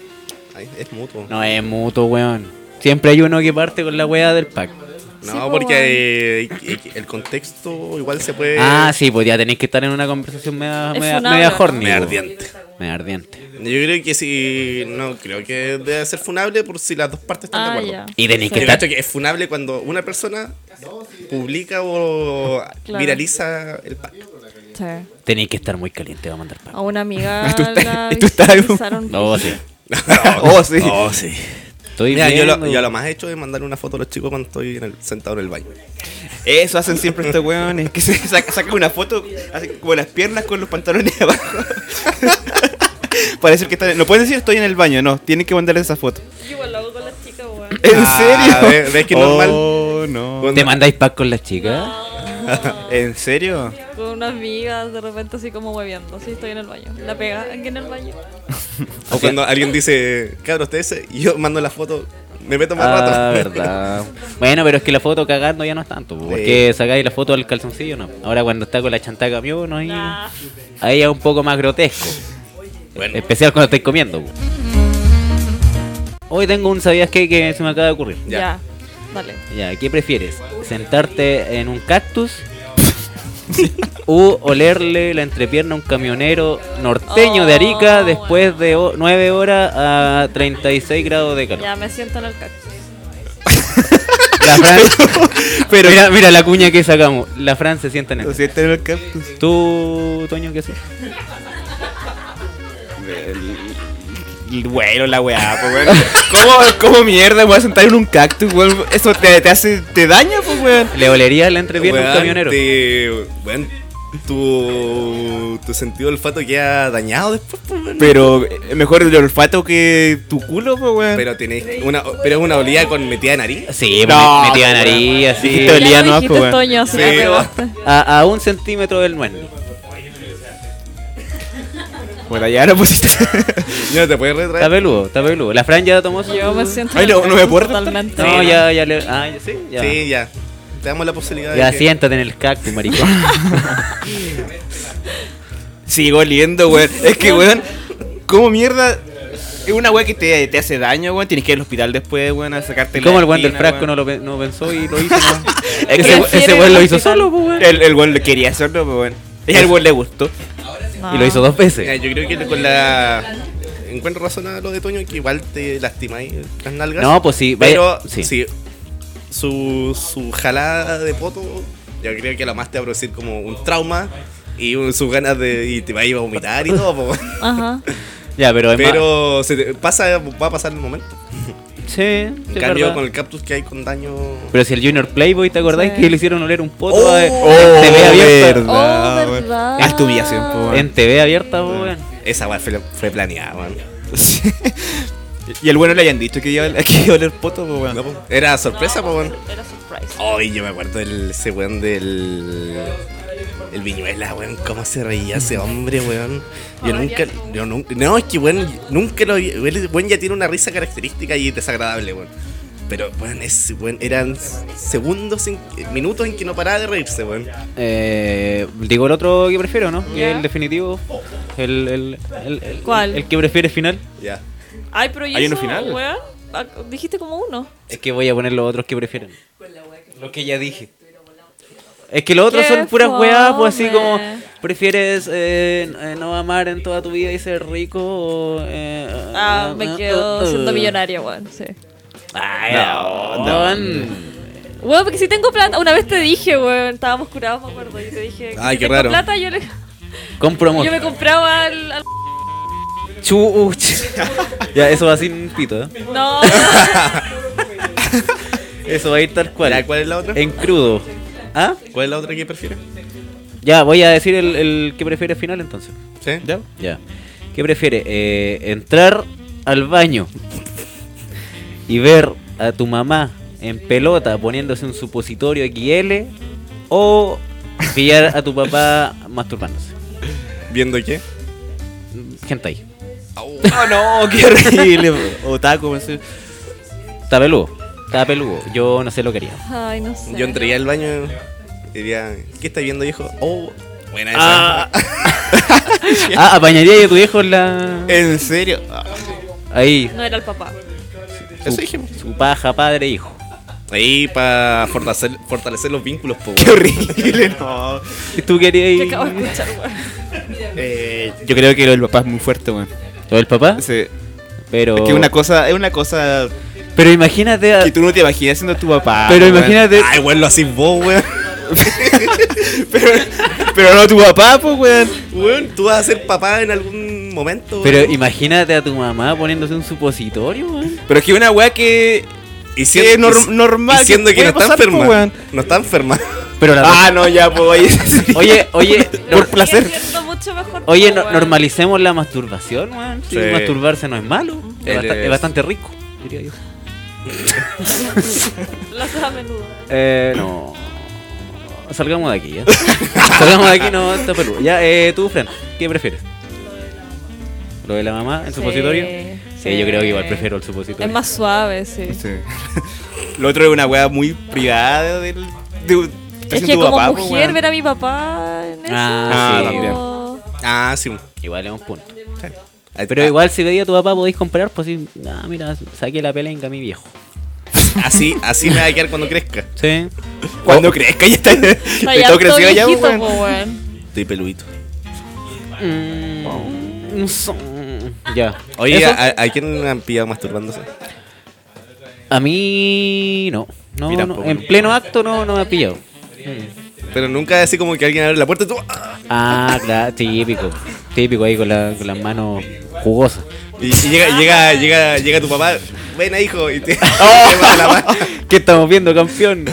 Speaker 4: Ay, es mutuo. No,
Speaker 1: No es mutuo, weón. Siempre hay uno que parte con la weá del pack.
Speaker 3: Sí, po,
Speaker 4: porque
Speaker 3: weón.
Speaker 4: eh, eh, el contexto igual se puede.
Speaker 1: Ah, sí, pues ya tenéis que estar en una conversación media,
Speaker 3: Es
Speaker 1: media,
Speaker 3: funable,
Speaker 1: media
Speaker 3: ¿no?
Speaker 1: horny.
Speaker 4: Me
Speaker 1: po.
Speaker 4: ardiente.
Speaker 1: Media ardiente.
Speaker 4: Yo creo que sí. No, creo que debe ser funable por si las dos partes están de
Speaker 3: Ah,
Speaker 4: acuerdo.
Speaker 3: ya.
Speaker 1: Y tenéis que
Speaker 4: Yo
Speaker 1: estar.
Speaker 4: cacho que es funable cuando una persona publica o
Speaker 3: Claro.
Speaker 4: viraliza el pack.
Speaker 3: Sí.
Speaker 1: Tenéis que estar muy caliente, va a mandar pack.
Speaker 3: A una amiga
Speaker 2: Tú estás-
Speaker 3: la
Speaker 2: tú estás-
Speaker 3: visualizaron.
Speaker 1: No, sí.
Speaker 2: Oh, sí.
Speaker 4: Oh, sí.
Speaker 1: Estoy
Speaker 4: Mira, yo
Speaker 1: viendo.
Speaker 4: lo, yo lo más he hecho es mandar una foto a los chicos cuando estoy en el- sentado en el baño.
Speaker 2: Eso hacen siempre estos weones, que se saca- sacan una foto así como las piernas con los pantalones abajo. Parece que están... No pueden decir estoy en el baño, no. Tienen que mandarles esa foto.
Speaker 3: Yo igual lo hago con las chicas, weón.
Speaker 2: ¿En
Speaker 4: Ah,
Speaker 2: serio?
Speaker 4: ¿ves- ves que es normal?
Speaker 2: Oh, no.
Speaker 1: ¿Te mandáis pack con las chicas?
Speaker 2: ¿En serio?
Speaker 3: Con una amiga, de repente así como hueviando. Sí, estoy en el baño. La pega, aquí en el baño.
Speaker 4: O cuando alguien dice, cabrón, ustedes, se-", y yo mando la foto, me meto más
Speaker 1: Ah,
Speaker 4: rato.
Speaker 1: verdad. Bueno, pero es que la foto cagando ya no es tanto, po, porque sacáis la foto del calzoncillo, no. Ahora cuando está con la chantaca camión, ahí,
Speaker 3: Nah.
Speaker 1: ahí es un poco más grotesco.
Speaker 4: Bueno,
Speaker 1: Especial cuando estáis comiendo. po. Hoy tengo un sabías qué que se me acaba de ocurrir.
Speaker 4: Ya.
Speaker 3: Ya. Dale.
Speaker 1: Ya, ¿qué prefieres? ¿Sentarte en un cactus? ¿O olerle la entrepierna a un camionero norteño de Arica
Speaker 3: Oh,
Speaker 1: después de 9 horas a 36 grados de calor?
Speaker 3: Ya me siento en el cactus.
Speaker 1: La Fran- pero mira, mira la cuña que sacamos. La Fran se sienta en
Speaker 2: Lo
Speaker 1: el.
Speaker 2: siento en el cactus.
Speaker 1: ¿Tú, Toño, qué haces?
Speaker 2: Bueno, la weá, pues weón. ¿Cómo, ¿Cómo mierda me voy a sentar en un cactus, weón? Eso te, te hace. te daña, pues weón.
Speaker 1: Le olería la entrevista a un
Speaker 4: Weón,
Speaker 1: camionero.
Speaker 4: te- weón, tu, tu sentido del olfato queda dañado después, pues, weón.
Speaker 2: Pero eh, mejor el olfato que tu culo, pues
Speaker 1: Ah.
Speaker 2: weón.
Speaker 4: Pero tenés una, pero es una olía con metida de nariz.
Speaker 1: Sí,
Speaker 2: No,
Speaker 1: me metía
Speaker 2: pues,
Speaker 1: nariz, así.
Speaker 2: Dijiste- Te olía
Speaker 3: Ya lo
Speaker 2: nomás,
Speaker 3: dijiste,
Speaker 2: po, weón.
Speaker 3: Toño, así
Speaker 4: Sí,
Speaker 3: que
Speaker 4: weón.
Speaker 3: basta.
Speaker 1: A, a un centímetro del nuez.
Speaker 2: Bueno, ya lo pusiste.
Speaker 4: No te puedes
Speaker 1: Está
Speaker 4: retraer.
Speaker 1: peludo, está peludo. ¿La Fran ya tomó su-
Speaker 3: Yo me siento
Speaker 2: Ay, no, no me puedo
Speaker 3: totalmente.
Speaker 1: No, ya, ya le. Ah, ya, sí, ya.
Speaker 4: Sí, ya. Te damos la posibilidad
Speaker 1: Ya
Speaker 4: de. que-
Speaker 1: siéntate en el cactus, maricón.
Speaker 2: Sigo oliendo, weón. Es que, weón, ¿cómo mierda? Es una weá que te, te hace daño, weón. Tienes que ir al hospital después, weón, a sacarte
Speaker 1: Y como el weón del
Speaker 2: espina,
Speaker 1: frasco
Speaker 2: weón.
Speaker 1: no lo pe- no pensó y lo hizo. ¿no?
Speaker 2: Es que
Speaker 1: ese,
Speaker 2: ese
Speaker 1: ese
Speaker 3: Prefiere
Speaker 1: weón lo
Speaker 3: el
Speaker 1: hizo
Speaker 3: hospital.
Speaker 1: solo, pues, weón.
Speaker 2: El, el weón lo quería hacerlo, pero weón. Y al weón le gustó.
Speaker 3: No.
Speaker 1: Y lo hizo dos
Speaker 4: Mira,
Speaker 1: veces.
Speaker 4: yo creo que con la. Encuentro razón a lo de Toño que igual te lastimáis las nalgas.
Speaker 1: No, pues sí, vaya-
Speaker 4: Pero
Speaker 1: sí.
Speaker 4: sí. Su, su jalada de poto, yo creo que a la más te va a producir como un trauma y un- sus ganas de. y te va a ir a vomitar y todo, po.
Speaker 3: Ajá.
Speaker 1: Ya, pero es más-
Speaker 4: Pero se te- pasa, va a pasar el momento.
Speaker 1: Sí,
Speaker 4: En
Speaker 1: sí,
Speaker 4: cambio,
Speaker 1: verdad.
Speaker 4: con el cactus que hay con daño.
Speaker 1: Pero si el Junior Playboy, ¿te acordáis
Speaker 3: Sí.
Speaker 1: que le hicieron oler un poto
Speaker 4: Oh,
Speaker 1: a-
Speaker 4: oh,
Speaker 1: en TV abierta?
Speaker 3: Oh, verdad.
Speaker 2: Es tu humillación, po, weón.
Speaker 1: En TV abierta, po, weón.
Speaker 4: Esa weá fue, fue planeada, weón.
Speaker 1: Ah.
Speaker 2: Sí. Y al weón no le hayan dicho que iba, que iba a oler poto, pues, weón.
Speaker 4: No, po. Era sorpresa, pues, po, weón.
Speaker 3: Era surprise.
Speaker 4: Ay, yo me acuerdo del ese weón del. El Viñuela, weón, cómo se reía ese hombre, weón. Yo nunca, yo nunca, no, es que weón, nunca lo vi, el weón ya tiene una risa característica y desagradable, weón. Pero, weón, ese weón, eran segundos, en- minutos en que no paraba de reírse, weón.
Speaker 1: Eh, digo el otro que prefiero, ¿no? Que
Speaker 3: Ya.
Speaker 1: el definitivo. El, el, el- el-
Speaker 3: ¿Cuál?
Speaker 1: El que prefieres final.
Speaker 4: Ya.
Speaker 3: Ay, pero ¿y
Speaker 2: Hay uno
Speaker 3: eso,
Speaker 2: final.
Speaker 3: weón? Ah, Dijiste como uno.
Speaker 1: Es que voy a poner los otros que prefieren. Lo que ya dije. Es que los otros
Speaker 3: Qué
Speaker 1: son puras weas, pues así
Speaker 3: fome.
Speaker 1: como prefieres eh, n- eh, no amar en toda tu vida y ser rico o... eh,
Speaker 3: Ah,
Speaker 1: eh,
Speaker 3: me
Speaker 1: eh,
Speaker 3: quedo
Speaker 1: eh,
Speaker 3: siendo
Speaker 1: eh.
Speaker 3: millonaria, weón. Sí.
Speaker 1: Ay,
Speaker 2: No,
Speaker 1: no,
Speaker 3: Weón, porque si tengo plata. Una vez te dije, weón. Estábamos curados, me acuerdo. Y te dije.
Speaker 4: Ay,
Speaker 3: si
Speaker 4: qué
Speaker 3: tengo
Speaker 4: raro.
Speaker 3: plata, yo, le,
Speaker 1: Compro amor.
Speaker 3: yo me compraba al. al-
Speaker 1: Chuch. ya, eso va sin pito, ¿eh?
Speaker 3: No.
Speaker 1: Eso va a ir tal
Speaker 4: Ya,
Speaker 1: cual.
Speaker 4: ¿Cuál es la otra?
Speaker 1: En crudo. ¿Ah?
Speaker 4: ¿Cuál es la otra que prefiere?
Speaker 1: Ya, voy a decir el, el que prefieres final entonces.
Speaker 4: ¿Sí?
Speaker 2: ¿Ya?
Speaker 1: Ya. ¿Qué prefiere? Eh, entrar al baño y ver a tu mamá en pelota poniéndose un supositorio XL o pillar a tu papá masturbándose.
Speaker 4: ¿Viendo qué?
Speaker 1: Gente ahí.
Speaker 2: Oh, no, qué horrible. Otaku, no sé.
Speaker 1: Está peludo. Está peludo. Yo no sé lo que haría.
Speaker 3: Ay, no sé.
Speaker 4: Yo entraría al baño y diría, ¿qué está viendo, viejo? Oh, buena esa.
Speaker 1: Ah, ah, apañaría yo a tu viejo en la.
Speaker 2: En serio. Ah,
Speaker 1: Ahí.
Speaker 3: No era el papá.
Speaker 4: Eso dije.
Speaker 1: Su paja, padre, hijo.
Speaker 4: Ahí para fortalecer, fortalecer los vínculos, po,
Speaker 2: qué
Speaker 4: weón.
Speaker 2: horrible, no.
Speaker 1: ¿Y tú querías
Speaker 3: Que
Speaker 1: ir?
Speaker 3: acabo de escuchar, weón.
Speaker 2: Eh, yo creo que lo del papá es muy fuerte, weón.
Speaker 1: ¿Lo del papá?
Speaker 2: Sí.
Speaker 1: Pero.
Speaker 2: Es que una cosa, es una cosa
Speaker 1: Pero imagínate. a-
Speaker 2: que tú no te imaginas siendo tu papá.
Speaker 1: Pero
Speaker 2: weón.
Speaker 1: imagínate.
Speaker 4: Ay, weón, lo haces vos, weón.
Speaker 2: Pero, pero no tu papá, pues, weón.
Speaker 4: Weón, tú vas a ser papá en algún momento.
Speaker 1: Pero
Speaker 4: weón.
Speaker 1: imagínate a tu mamá poniéndose un supositorio, weón.
Speaker 2: Pero es que una weá que.
Speaker 4: y
Speaker 2: que es norm- normal,
Speaker 4: y siendo
Speaker 2: que
Speaker 4: que,
Speaker 2: puede
Speaker 4: no está
Speaker 2: pasar, po,
Speaker 4: enferma.
Speaker 2: weón.
Speaker 4: no está enferma.
Speaker 1: Pero la
Speaker 2: Ah, no, ya, pues, oye. sí.
Speaker 1: Oye, oye, nor-
Speaker 2: Por placer.
Speaker 3: Sigue siendo mucho mejor,
Speaker 1: oye,
Speaker 3: po,
Speaker 1: no-
Speaker 3: weón.
Speaker 1: normalicemos la masturbación, weón. Si
Speaker 4: Sí.
Speaker 1: Masturbarse no es malo, es,
Speaker 4: Él
Speaker 1: basta-
Speaker 4: es-
Speaker 1: es bastante rico, diría yo.
Speaker 3: Lo haces a menudo.
Speaker 1: Eh, no. Salgamos de aquí, ya. Salgamos de aquí, no, está peludo. Ya, eh, tú, Fran, ¿qué prefieres? ¿Lo de la mamá, el
Speaker 3: Sí,
Speaker 1: supositorio? Sí, yo
Speaker 3: sí.
Speaker 1: creo que igual prefiero el supositorio.
Speaker 3: Es más suave, sí.
Speaker 2: Lo otro es una weá muy privada del. De,
Speaker 3: Es que
Speaker 2: siendo
Speaker 3: como
Speaker 2: papá, po,
Speaker 3: mujer
Speaker 2: weón.
Speaker 3: ver a mi papá en eso.
Speaker 1: Ah,
Speaker 2: sí.
Speaker 3: como-
Speaker 4: Ah, sí.
Speaker 1: Igual es un punto.
Speaker 4: Ahí
Speaker 1: Pero
Speaker 4: está.
Speaker 1: igual si veía a tu papá podéis comparar, pues sí, ah, mira, saqué la pelenca mi viejo.
Speaker 4: Así, así me va a quedar cuando crezca. Oh.
Speaker 1: Sí.
Speaker 2: Cuando crezca ya está.
Speaker 3: Está
Speaker 2: ya
Speaker 3: ya
Speaker 2: todo
Speaker 3: todo
Speaker 2: crecido ya,
Speaker 3: viejito,
Speaker 2: weón.
Speaker 3: po, weón.
Speaker 4: Estoy peludito.
Speaker 1: Mm, so- ya.
Speaker 4: Oye,
Speaker 1: Eso,
Speaker 4: ¿a, a quién han pillado masturbándose?
Speaker 1: a mí no. No,
Speaker 4: Mira, pues,
Speaker 1: no,
Speaker 4: po.
Speaker 1: en pleno acto no, no me ha pillado.
Speaker 4: Pero nunca así como que alguien abre la puerta y tú. ah,
Speaker 1: Ah, claro, típico. Típico ahí con, la- con las manos jugosas.
Speaker 4: Y, y llega, llega, llega, llega tu papá, ven ahí, hijo, y te, te
Speaker 1: Oh.
Speaker 4: mata la mano.
Speaker 1: ¿Qué estamos viendo, campeón?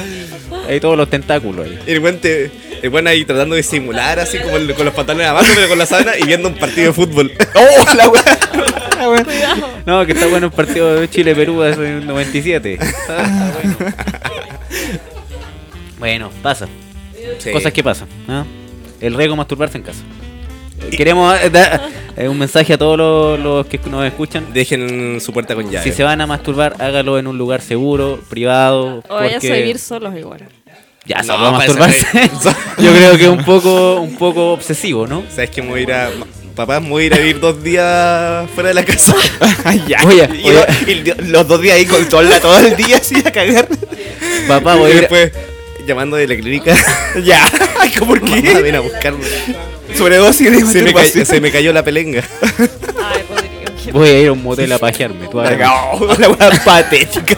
Speaker 1: Hay todos los tentáculos ahí.
Speaker 4: Y el buen, te- el buen ahí tratando de simular así como el- con los pantalones abajo, pero con la sábana y viendo un partido de fútbol.
Speaker 1: ¡Oh, la weá!
Speaker 3: Cuidado.
Speaker 1: No, que está bueno el partido de Chile-Perú hace un 97. Está- está bueno. bueno, pasa.
Speaker 4: Sí.
Speaker 1: Cosas que pasan. ¿no? El riesgo de masturbarse en casa. Queremos eh, dar eh, un mensaje a todos los, los que nos escuchan.
Speaker 4: Dejen su puerta con llave.
Speaker 1: Si se van a masturbar, hágalo en un lugar seguro, privado.
Speaker 3: O vayas
Speaker 1: porque-
Speaker 3: a vivir solos igual.
Speaker 1: Ya, se
Speaker 4: No,
Speaker 1: va a
Speaker 4: para eso
Speaker 1: masturbarse.
Speaker 4: no
Speaker 1: Yo creo que es un poco, un poco obsesivo, ¿no?
Speaker 4: ¿Sabes que me voy a ir a... Papá, me voy a ir a vivir dos días fuera de la casa.
Speaker 2: ya.
Speaker 1: Oye,
Speaker 2: y,
Speaker 1: oye.
Speaker 2: y lo- los dos días ahí con tola todo el día así a cagar.
Speaker 1: Papá, voy
Speaker 4: y
Speaker 1: a ir-
Speaker 4: después, llamando de la clínica,
Speaker 2: ya. ¿Cómo por
Speaker 4: mamá,
Speaker 2: qué?
Speaker 4: ven a buscarme.
Speaker 2: Sobredosis de
Speaker 4: Se me, cayó,
Speaker 2: masturbación.
Speaker 4: se me cayó la pelenga.
Speaker 3: Ay, Rodrigo.
Speaker 1: voy a ir a un motel a pajearme. tú hágalo.
Speaker 2: No, la wea patética.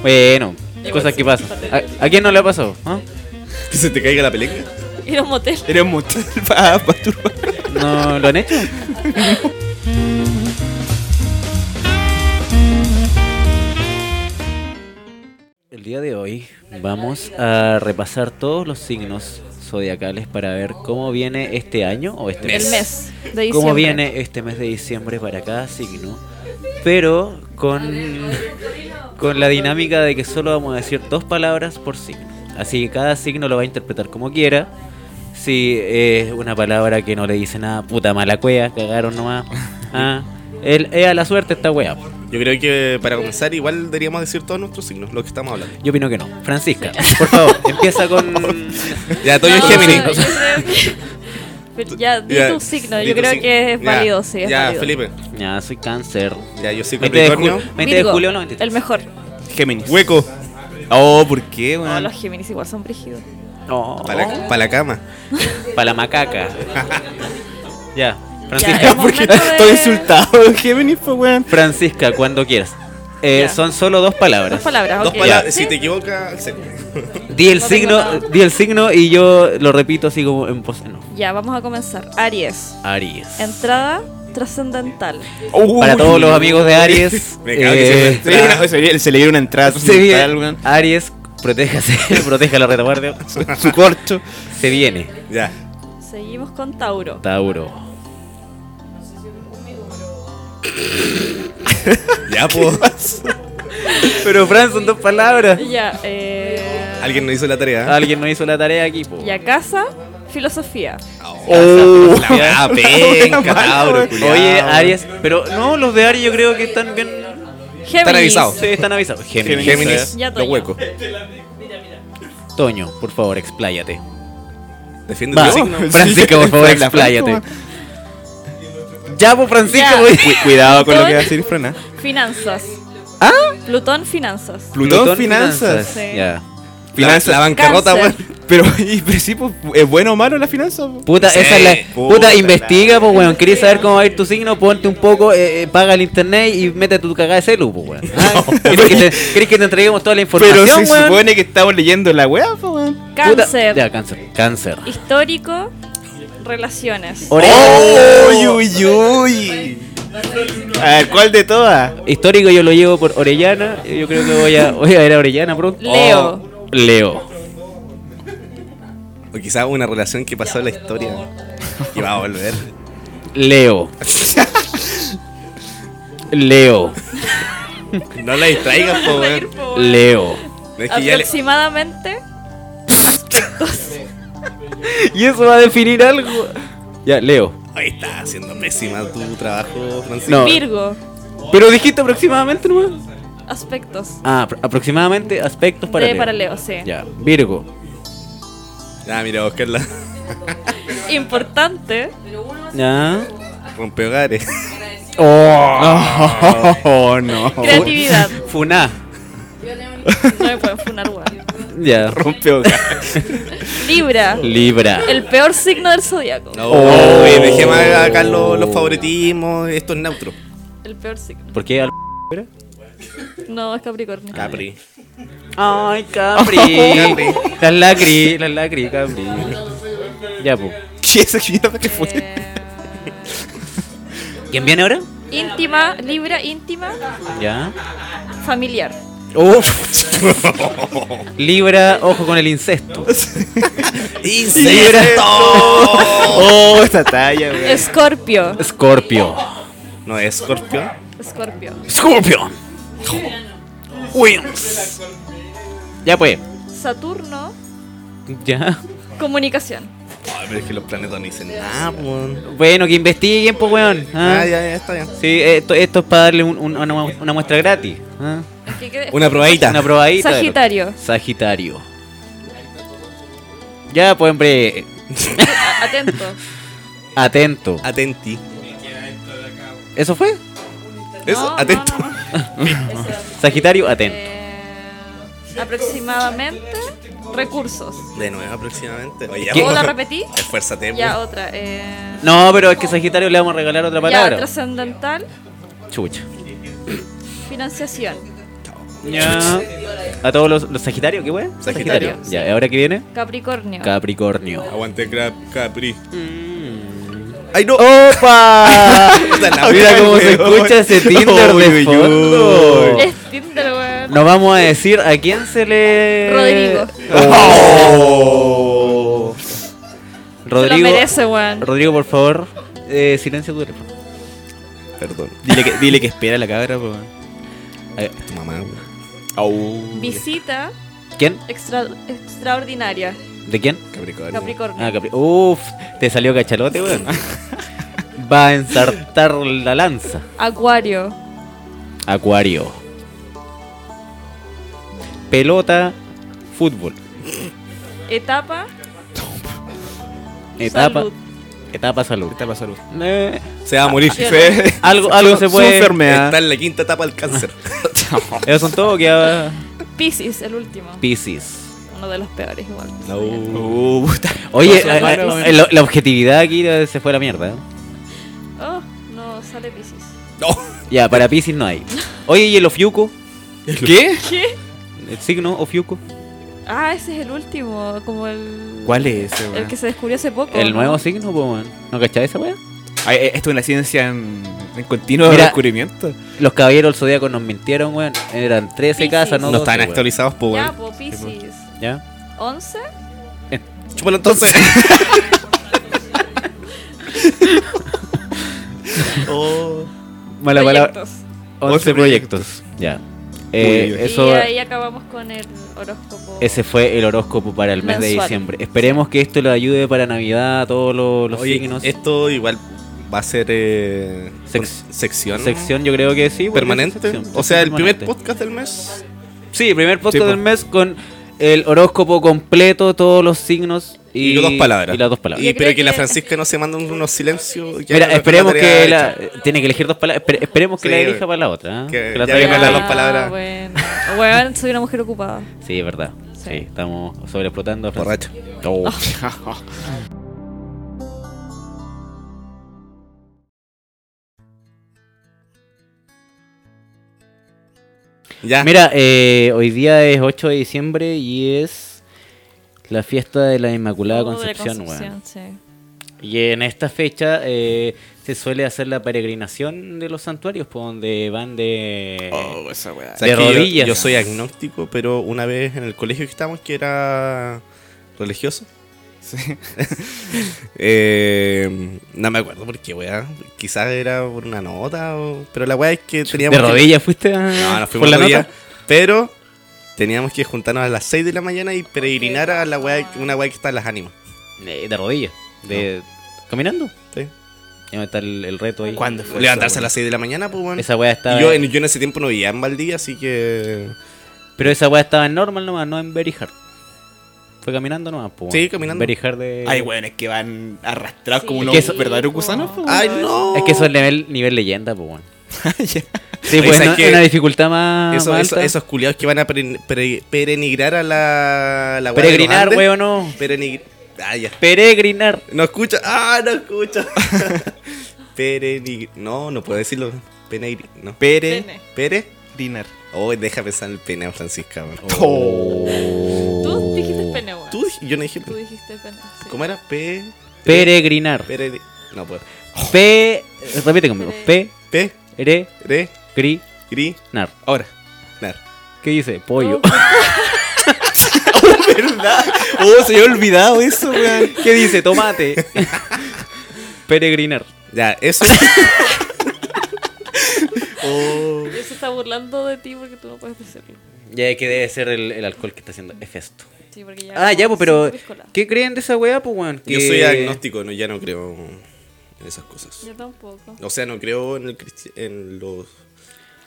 Speaker 1: Bueno, cosas que pasan. ¿A, a quién no le ha pasado? ah?
Speaker 4: Que se te caiga la pelenga.
Speaker 3: Ir a un motel.
Speaker 2: Era un motel para masturbar.
Speaker 1: ¿No lo han hecho? El día de hoy vamos a repasar todos los signos zodiacales para ver cómo viene este año o este
Speaker 3: El mes de diciembre.
Speaker 1: cómo viene este mes de diciembre para cada signo, pero con, con la dinámica de que solo vamos a decir dos palabras por signo. Así que cada signo lo va a interpretar como quiera. Si es una palabra que no le dice nada, puta mala cuea, cagaron nomás. Ah, el, es a la suerte esta wea.
Speaker 4: Yo creo que para comenzar, igual deberíamos decir todos nuestros signos, lo que estamos hablando.
Speaker 1: Yo opino que no. Francisca, por favor, empieza con.
Speaker 4: Ya, Toño es
Speaker 3: No,
Speaker 4: Géminis.
Speaker 3: yo creo que- Pero ya, di
Speaker 4: Ya,
Speaker 3: tu signo.
Speaker 4: di
Speaker 3: Yo
Speaker 4: tu
Speaker 3: creo
Speaker 4: signo.
Speaker 3: que es
Speaker 4: Ya,
Speaker 3: válido, sí. Es
Speaker 4: ya,
Speaker 3: válido.
Speaker 4: Felipe.
Speaker 1: Ya, soy cáncer.
Speaker 4: Ya, yo soy
Speaker 1: 20 de, ju-
Speaker 4: Capricornio.
Speaker 1: 20 de
Speaker 3: Virgo,
Speaker 1: julio, no, 23.
Speaker 3: El mejor.
Speaker 2: Géminis.
Speaker 4: Hueco.
Speaker 2: Oh, ¿por qué,
Speaker 3: No,
Speaker 2: weón?
Speaker 3: los Géminis igual son brígidos.
Speaker 1: Oh, No.
Speaker 4: Para la, pa' la cama.
Speaker 1: Para la macaca. ya,
Speaker 3: Ya,
Speaker 1: Francisca.
Speaker 3: es
Speaker 2: Porque
Speaker 3: momento de-
Speaker 2: estoy insultado. Géminis, pues, weón.
Speaker 1: Francisca, cuando quieras. Eh,
Speaker 3: Ya.
Speaker 1: Son solo dos
Speaker 3: Dos
Speaker 1: palabras.
Speaker 3: palabras,
Speaker 4: Dos
Speaker 3: ok.
Speaker 4: palabras.
Speaker 3: Sí.
Speaker 4: Si te equivocas, se-
Speaker 1: Di el
Speaker 3: No tengo
Speaker 1: signo,
Speaker 3: nada.
Speaker 1: di el signo y yo lo repito así como en voz. No.
Speaker 3: Ya, vamos a comenzar. Aries.
Speaker 1: Aries.
Speaker 3: Entrada trascendental.
Speaker 1: Para todos los amigos de Aries.
Speaker 4: Me cago que
Speaker 1: eh,
Speaker 4: se
Speaker 2: Se le dio una- se le- se le dio una entrada
Speaker 1: se viene-
Speaker 2: mental, weón.
Speaker 1: Aries, protéjase, proteja la retaguardia.
Speaker 2: Su corcho.
Speaker 1: Se viene.
Speaker 4: Ya.
Speaker 3: Seguimos con Tauro.
Speaker 1: Tauro.
Speaker 4: Ya, pues.
Speaker 1: Pero Fran, son dos palabras.
Speaker 3: Ya, eh.
Speaker 4: Alguien no hizo la tarea.
Speaker 1: Alguien no hizo la tarea aquí, po.
Speaker 3: Ya, casa, filosofía.
Speaker 2: Oh.
Speaker 4: La weá, penca, Tauro, culiao.
Speaker 1: Oye, Aries. Pero no, los de Aries yo creo que están bien.
Speaker 3: Géminis.
Speaker 4: avisados.
Speaker 1: Sí, están avisados. Géminis.
Speaker 4: Géminis,
Speaker 3: Ya,
Speaker 4: los
Speaker 3: Toño.
Speaker 4: huecos.
Speaker 1: Toño, por favor, expláyate.
Speaker 4: Defiende
Speaker 1: Va,
Speaker 4: tu signo.
Speaker 1: Francisca, por favor,
Speaker 2: Frena,
Speaker 1: expláyate.
Speaker 2: Franco.
Speaker 1: Ya, pues, Francisca,
Speaker 3: Ya.
Speaker 1: voy.
Speaker 2: Cu- Cuidado con lo que va a decir Frena.
Speaker 3: Finanzas. ¿Ah? Plutón, finanzas.
Speaker 2: Plutón finanzas.
Speaker 3: Sí.
Speaker 1: Ya.
Speaker 4: Finanzas. La bancarrota,
Speaker 3: Cáncer.
Speaker 4: weón.
Speaker 2: Pero, y, pero sí, pues, ¿es bueno o malo la finanza? po?
Speaker 1: Puta,
Speaker 4: Sí,
Speaker 1: esa es la. Puta,
Speaker 4: puta la-
Speaker 1: investiga, pues, weón. ¿Querés saber cómo va a ir tu signo? Ponte un poco, eh, eh, paga el internet y mete tu cagada de celu, pues, weón. Ah, ¿Querés, que te, querés que te entreguemos toda la información,
Speaker 2: Pero se
Speaker 1: weón?
Speaker 2: supone que estamos leyendo la weá, po, weón.
Speaker 1: Puta-
Speaker 3: Cáncer.
Speaker 1: Ya, cáncer. Cáncer.
Speaker 3: Histórico, relaciones.
Speaker 2: Oh, ¡Uy, uy, uy! A ver, ¿cuál de todas?
Speaker 1: Histórico yo lo llevo por Orellana. Yo creo que voy a, voy a ir a Orellana pronto.
Speaker 3: Leo.
Speaker 1: Oh, Leo.
Speaker 4: O quizás una relación que pasó en la historia. Que va a volver.
Speaker 1: Leo. Leo.
Speaker 4: No la distraigas, po, weón.
Speaker 1: Leo.
Speaker 4: No, es que ya le-
Speaker 3: Aproximadamente.
Speaker 1: Y eso va a definir algo. Ya, Leo.
Speaker 4: Ahí está haciendo pésima tu trabajo, Francisco.
Speaker 1: No.
Speaker 3: Virgo.
Speaker 1: Pero dijiste aproximadamente nomás.
Speaker 3: Aspectos.
Speaker 1: Ah, apro- aproximadamente aspectos para
Speaker 3: de
Speaker 1: Leo.
Speaker 3: para Leo, sí.
Speaker 1: Ya, Virgo.
Speaker 4: Ah, mira, buscarla.
Speaker 3: Importante.
Speaker 1: Ya.
Speaker 4: Rompe hogares.
Speaker 2: Oh, no.
Speaker 3: Creatividad.
Speaker 1: Funá.
Speaker 3: No me pueden funar, weón.
Speaker 1: Ya.
Speaker 2: Rompe hogar.
Speaker 3: Libra.
Speaker 1: Libra.
Speaker 3: El peor signo del zodiaco.
Speaker 4: No,
Speaker 1: Oh.
Speaker 4: oye, dejemos acá los, los favoritismos. Esto es neutro.
Speaker 3: El peor signo.
Speaker 1: ¿Por qué? al-
Speaker 3: No, es Capricornio.
Speaker 4: Capri.
Speaker 1: Ay, Capri. las lacri, las lacri, Capri. Ya, pues.
Speaker 2: ¿Qué esa mierda que fue?
Speaker 3: Eh,
Speaker 1: ¿Quién viene ahora?
Speaker 3: Íntima, Libra íntima,
Speaker 1: Ya.
Speaker 3: familiar.
Speaker 1: Libra, ojo con el incesto.
Speaker 2: ¡Oh, esta talla, güey!
Speaker 3: Escorpio.
Speaker 1: Scorpio.
Speaker 4: No es escorpión.
Speaker 3: Escorpio.
Speaker 1: Scorpio. Williams. Ya pues.
Speaker 3: Saturno,
Speaker 1: Ya.
Speaker 3: comunicación.
Speaker 4: Ay, pero es que los planetas no dicen nada, weón.
Speaker 1: Bueno, que investiguen, pues, weón. ¿ah?
Speaker 4: Ah, ya, ya, está bien.
Speaker 1: Sí, esto, esto es para darle un- un- una, mu- una muestra gratis. ¿ah?
Speaker 3: ¿Qué quede-
Speaker 4: Una probadita.
Speaker 1: Una probadita. de lo-
Speaker 3: Sagitario.
Speaker 1: Sagitario. Ya, pues, hombre.
Speaker 3: A- Atento.
Speaker 1: Atento.
Speaker 4: Atenti.
Speaker 1: ¿Eso fue?
Speaker 4: Eso,
Speaker 3: No, no,
Speaker 4: atento.
Speaker 3: no, no. Eso.
Speaker 1: Sagitario, atento.
Speaker 3: Eh, aproximadamente recursos.
Speaker 4: De nuevo, aproximadamente. Oye,
Speaker 1: ¿Qué?
Speaker 3: ¿O
Speaker 4: vamos.
Speaker 3: la repetí?
Speaker 4: Esfuérzate,
Speaker 3: Ya
Speaker 4: weón.
Speaker 3: otra. Eh,
Speaker 1: No, pero es que Sagitario le vamos a regalar otra
Speaker 3: ya,
Speaker 1: palabra.
Speaker 3: trascendental,
Speaker 1: Chucha.
Speaker 3: financiación.
Speaker 1: Ya. A todos los, los Sagitarios, ¿qué weón?
Speaker 4: Sagitario.
Speaker 1: Ya, ¿y ahora qué viene?
Speaker 3: Capricornio.
Speaker 1: Capricornio.
Speaker 3: oh.
Speaker 4: Aguante, crap, Capri.
Speaker 2: Mm.
Speaker 4: Oh,
Speaker 2: ¡Ay, no!
Speaker 1: ¡Opa!
Speaker 4: Puta la
Speaker 1: Mira
Speaker 4: wea,
Speaker 1: cómo se
Speaker 4: weón.
Speaker 1: escucha ese Tinder
Speaker 2: Uy,
Speaker 1: de
Speaker 2: uy,
Speaker 1: fondo.
Speaker 3: es Tinder, weón.
Speaker 1: Nos vamos a decir a quién se le.
Speaker 3: Rodrigo. Se lo
Speaker 1: Oh. Rodrigo.
Speaker 3: merece, weón.
Speaker 1: Rodrigo, por favor, eh, silencia tu teléfono.
Speaker 4: Perdón.
Speaker 2: Dile que, dile que espera la cabra, po.
Speaker 4: Tu mamá, weón.
Speaker 2: Au.
Speaker 3: Visita
Speaker 1: ¿Quién?
Speaker 3: extra- extraordinaria.
Speaker 1: ¿De quién?
Speaker 4: Capricornio.
Speaker 1: Ah,
Speaker 3: Capricornio.
Speaker 1: Capri. Uf, te salió cachalote, weón. Va a ensartar la lanza.
Speaker 3: Acuario.
Speaker 1: Acuario. Pelota, fútbol.
Speaker 3: Etapa.
Speaker 1: Etapa.
Speaker 3: Salud.
Speaker 1: Etapa salud.
Speaker 2: Está para salud.
Speaker 1: Eh,
Speaker 4: Se va a
Speaker 3: Ah,
Speaker 4: morir.
Speaker 1: algo, algo se
Speaker 2: Su
Speaker 1: puede.
Speaker 2: enfermedad.
Speaker 4: Está en la quinta etapa del cáncer.
Speaker 1: Esos son todos que va.
Speaker 3: Piscis, el último.
Speaker 1: Piscis.
Speaker 3: Uno de los peores, igual.
Speaker 2: Uh, puta.
Speaker 1: Oye,
Speaker 2: Paso,
Speaker 1: eh,
Speaker 2: paso.
Speaker 1: eh, la, la objetividad aquí eh, se fue a la mierda. eh.
Speaker 3: Oh, no sale Piscis.
Speaker 1: Ya, para Piscis no hay. Oye, ¿y el Ofiuco?
Speaker 2: ¿Qué?
Speaker 3: ¿Qué?
Speaker 1: ¿El signo Ofiuco?
Speaker 3: Ah, ese es el último, como el.
Speaker 2: ¿Cuál es ese,
Speaker 3: El
Speaker 2: weón?
Speaker 3: que se descubrió hace poco.
Speaker 1: ¿El
Speaker 3: Oh, ¿no?
Speaker 1: nuevo signo, po, weón? ¿No cachai esa weá?
Speaker 2: Ay, eh, esto es una ciencia en, en continuo
Speaker 1: Mira.
Speaker 2: descubrimiento.
Speaker 1: Los caballeros del zodíaco nos mintieron, weón. Eran 13
Speaker 3: Piscis.
Speaker 1: casas, no
Speaker 4: No,
Speaker 1: 12,
Speaker 4: están
Speaker 1: weón.
Speaker 4: actualizados, pues,
Speaker 3: Ya,
Speaker 4: weón.
Speaker 3: po, Piscis.
Speaker 1: ¿Ya?
Speaker 3: 11.
Speaker 4: Chúpalo entonces. Oh,
Speaker 1: Mala palabra.
Speaker 3: proyectos.
Speaker 1: 11 proyectos. Ya. Eh,
Speaker 4: bien.
Speaker 1: eso,
Speaker 3: Y ahí acabamos con el horóscopo.
Speaker 1: ese fue el horóscopo para el mes de
Speaker 3: Mensual.
Speaker 1: diciembre. Esperemos que esto le ayude para Navidad a todos los, los
Speaker 4: Oye,
Speaker 1: signos.
Speaker 4: esto igual va a ser eh,
Speaker 1: Sex-
Speaker 4: por- sección.
Speaker 1: Sección, yo creo que sí. porque
Speaker 4: permanente.
Speaker 1: es sección,
Speaker 4: o sea, el
Speaker 1: permanente.
Speaker 4: primer podcast del mes.
Speaker 1: Sí, primer podcast
Speaker 2: Sí, po.
Speaker 1: del mes con el horóscopo completo, todos los signos y,
Speaker 4: Y, las dos palabras.
Speaker 1: Y las dos palabras.
Speaker 4: Y
Speaker 3: Yo
Speaker 4: espero
Speaker 3: creo
Speaker 4: que la
Speaker 3: que-
Speaker 4: Francisca no se mande unos silencios. que haga
Speaker 1: Mira,
Speaker 4: la
Speaker 1: esperemos
Speaker 4: tarea
Speaker 1: que
Speaker 4: hecha.
Speaker 1: la, tiene que elegir dos palabras. espere- esperemos que
Speaker 4: Sí,
Speaker 1: la
Speaker 4: güey.
Speaker 1: elija para la otra. ¿ah?
Speaker 4: Que
Speaker 1: Que la
Speaker 4: ya
Speaker 1: traiga
Speaker 4: viene
Speaker 1: para
Speaker 4: la
Speaker 1: la
Speaker 4: dos palabras.
Speaker 3: Bueno, Weón, soy una mujer ocupada.
Speaker 1: Sí, es verdad. Sí,
Speaker 3: Sí.
Speaker 1: estamos sobreexplotando. a Francisco.
Speaker 4: Borracho.
Speaker 1: Oh.
Speaker 4: Ya.
Speaker 1: Mira, eh, hoy día es 8 de diciembre y es la fiesta Oh, de la Inmaculada
Speaker 3: Todo de
Speaker 1: Concepción. güey.
Speaker 3: Concepción, sí.
Speaker 1: Y en esta fecha eh, se suele hacer la peregrinación de los santuarios, por donde van de...
Speaker 2: Oh, esa weá.
Speaker 4: O sea,
Speaker 1: de
Speaker 4: que yo-
Speaker 1: rodillas.
Speaker 4: Yo, soy agnóstico, pero una vez en el colegio que estábamos, que era religioso. eh, no me acuerdo por qué, weá. Quizás era por una nota, o- pero la weá es que teníamos.
Speaker 1: ¿De
Speaker 4: que-
Speaker 1: rodillas fuiste? a-
Speaker 4: No, no
Speaker 1: por
Speaker 4: fuimos
Speaker 1: la
Speaker 4: de rodillas,
Speaker 1: nota?
Speaker 4: Pero teníamos que juntarnos a las 6 de la mañana y peregrinar a la weá, una weá que está en las ánimas.
Speaker 1: Eh, de rodillas. De... ¿Caminando?
Speaker 4: ¿sí?
Speaker 1: Ya está el, el reto ahí.
Speaker 2: ¿Cuándo fue?
Speaker 4: Levantarse
Speaker 2: esa
Speaker 4: a las 6 de la mañana, pues bueno.
Speaker 1: Esa weá estaba...
Speaker 4: Y yo, en, yo en ese tiempo no vivía en Valdivia, así que.
Speaker 1: Pero esa weá estaba en normal nomás, no en Very Hard. Fue caminando nomás, po.
Speaker 4: Sí, caminando.
Speaker 1: Very Hard de...
Speaker 2: Ay, weones que van arrastrados como
Speaker 3: Sí,
Speaker 2: unos
Speaker 1: Es que eso-
Speaker 2: verdaderos
Speaker 3: po.
Speaker 2: gusanos, po.
Speaker 4: ¡Ay, no!
Speaker 1: Es que eso es nivel, nivel leyenda, pues bueno.
Speaker 2: Ya.
Speaker 1: Sí,
Speaker 4: Oye,
Speaker 1: pues
Speaker 4: ¿sabes
Speaker 1: no-
Speaker 4: qué?
Speaker 1: una dificultad más,
Speaker 4: Eso-
Speaker 1: más
Speaker 4: eso-
Speaker 1: alta.
Speaker 4: esos culiados que van a peren- pere- perenigrar a la, la weá de los
Speaker 1: Peregrinar,
Speaker 4: Andes.
Speaker 1: weón, no.
Speaker 4: Perenig- Ah, ya.
Speaker 1: Peregrinar.
Speaker 4: No escucha. Ah, no escucha. perenig. No, no puedo decirlo. Peregrinar. No.
Speaker 2: Pere.
Speaker 4: Pere.
Speaker 2: Dinar.
Speaker 4: Oh, deja pensar en el pene, Francisca. weón.
Speaker 1: Oh.
Speaker 3: Tú dijiste pene, weón.
Speaker 4: Tú dij- yo no dije.
Speaker 3: Tú dijiste pene. sí.
Speaker 4: ¿Cómo era? Pe.
Speaker 1: Peregrinar.
Speaker 4: Pere. No puedo.
Speaker 1: Pe Repite conmigo. P,
Speaker 4: P,
Speaker 1: R,
Speaker 4: R,
Speaker 1: Cri,
Speaker 4: Gri,
Speaker 1: Nar.
Speaker 2: Ahora.
Speaker 4: Nar.
Speaker 1: ¿Qué dice? Pollo.
Speaker 2: Oh, se había olvidado eso, weón.
Speaker 1: ¿Qué dice? Tomate. Peregrinar.
Speaker 4: Ya, eso. Oh.
Speaker 3: Yo se está burlando de ti porque tú no puedes decirlo.
Speaker 1: Ya que debe ser el, el alcohol que está haciendo. Es esto.
Speaker 3: Sí, porque ya
Speaker 1: Ah, ya, pues,
Speaker 3: como
Speaker 1: pero.
Speaker 3: cinco piscolas.
Speaker 1: ¿Qué creen de esa weá, pues, weón?
Speaker 4: Yo
Speaker 1: Que-
Speaker 4: soy agnóstico, no, ya no creo en esas cosas.
Speaker 3: Yo tampoco.
Speaker 4: O sea, no creo en, el cristi- en los.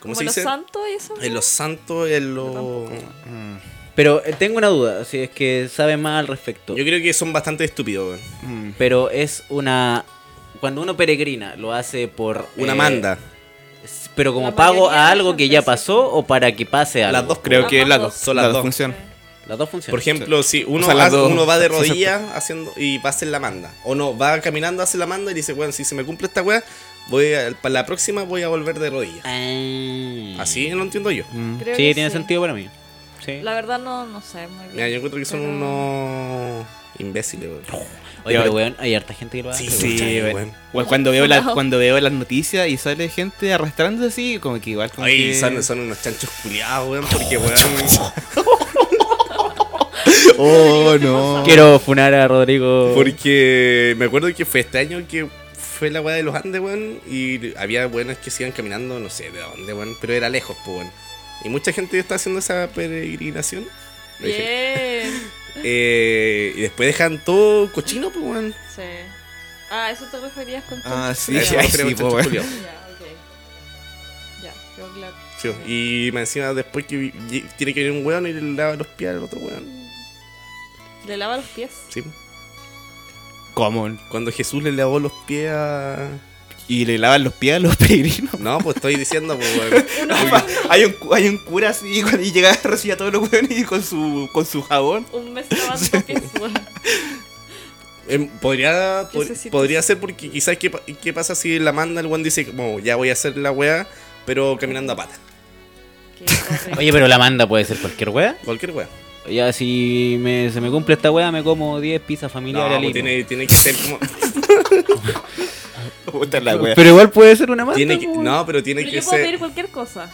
Speaker 4: ¿Cómo
Speaker 3: Como
Speaker 4: se
Speaker 3: los
Speaker 4: dice?
Speaker 3: santos y eso.
Speaker 4: En los santos, en los.
Speaker 1: Pero eh, tengo una duda, si es que sabe más al respecto.
Speaker 4: Yo creo que son bastante estúpidos, weón.
Speaker 1: Pero es una. Cuando uno peregrina, lo hace por.
Speaker 4: Una
Speaker 1: eh,
Speaker 4: manda.
Speaker 1: s- Pero como
Speaker 3: La
Speaker 1: pago
Speaker 3: mayoría
Speaker 1: a
Speaker 3: de
Speaker 1: algo que
Speaker 3: gente
Speaker 1: ya
Speaker 3: sí.
Speaker 1: pasó o para que pase algo.
Speaker 4: Las dos, creo.
Speaker 2: Creo que
Speaker 3: Ambas
Speaker 2: las
Speaker 3: dos.
Speaker 2: dos,
Speaker 4: Son las
Speaker 2: las dos
Speaker 4: dos.
Speaker 2: funcionan.
Speaker 1: Las dos funcionan.
Speaker 4: Por ejemplo, si uno,
Speaker 2: O sea, las
Speaker 4: hace-
Speaker 2: dos.
Speaker 4: uno va de
Speaker 2: Sí, sí.
Speaker 4: rodillas haciendo y va a hacer la manda. O no, va caminando, hace la manda y dice, bueno, si se me cumple esta weá, voy a- para la próxima voy a volver de rodillas.
Speaker 1: Ah.
Speaker 4: Así lo entiendo yo.
Speaker 3: Creo
Speaker 1: sí,
Speaker 3: que
Speaker 1: tiene
Speaker 3: sí.
Speaker 1: sentido para mí. Sí.
Speaker 3: La verdad no, no sé muy bien.
Speaker 4: Mira, yo encuentro que son
Speaker 3: Pero-
Speaker 4: unos imbéciles, weón.
Speaker 1: Oye,
Speaker 2: Yo-
Speaker 1: pero weón, hay harta gente que lo hace.
Speaker 4: Sí,
Speaker 1: weón.
Speaker 2: Sí,
Speaker 4: Pucha,
Speaker 2: güey.
Speaker 4: güey.
Speaker 2: Güey, cuando, veo la,
Speaker 3: No.
Speaker 2: cuando veo las noticias y sale gente arrastrándose así, como que igual como
Speaker 4: Ay,
Speaker 2: que-
Speaker 4: son, son unos chanchos culiados,
Speaker 2: Oh,
Speaker 4: weón, porque weón. oh, no.
Speaker 1: Quiero funar a Rodrigo.
Speaker 4: Porque me acuerdo que fue este año que fue la weá de los Andes, weón. Y había buenas que se iban caminando, no sé de dónde, weón. Pero era lejos, pues, weón. Y mucha gente está haciendo esa peregrinación. Lo dije.
Speaker 3: Bien.
Speaker 4: Eh, y después dejan todo cochino, pues, weón.
Speaker 3: Sí. Ah, eso te referías con
Speaker 2: Ah, sí,
Speaker 4: Eso
Speaker 2: ay,
Speaker 4: no creo
Speaker 2: sí,
Speaker 4: en
Speaker 2: po,
Speaker 4: chanchos
Speaker 2: weón.
Speaker 4: culiados.
Speaker 3: Ya, ok. Ya, quedó claro.
Speaker 4: Sí, Y me encima después que vi- y- tiene que venir un weón y le lava los pies al otro weón.
Speaker 3: Le lava los pies.
Speaker 4: Sí.
Speaker 2: ¿Cómo?
Speaker 4: Cuando Jesús le lavó los pies a.
Speaker 2: Y le lavan los pies a los peregrinos.
Speaker 4: No, pues estoy diciendo, pues, weón.
Speaker 2: hay, un, cu- hay un cura así cuando- y llega a recibir a todos los weones y con su, con su jabón.
Speaker 3: Un mes lavando pies, weón.
Speaker 4: Em, podría
Speaker 3: ¿Qué
Speaker 4: pod-
Speaker 3: se siente?
Speaker 4: podría ser porque quizás qué, pa- qué pasa si la manda el one dice como ya voy a hacer la weá, pero caminando a pata.
Speaker 3: Qué horrible.
Speaker 1: Oye, pero la manda puede ser cualquier weá.
Speaker 4: Cualquier weá.
Speaker 1: Ya, si me- se me cumple esta weá, me como 10 pizzas
Speaker 4: No,
Speaker 1: familiares
Speaker 4: pues
Speaker 1: al hilo.
Speaker 4: tiene, tiene que ser como.
Speaker 2: Puta la wea.
Speaker 1: Pero igual puede ser una manda.
Speaker 4: tiene que-
Speaker 1: po, weón.
Speaker 4: no, pero tiene
Speaker 3: Pero
Speaker 4: que
Speaker 3: yo puedo pedir
Speaker 4: ser.
Speaker 3: cualquier cosa.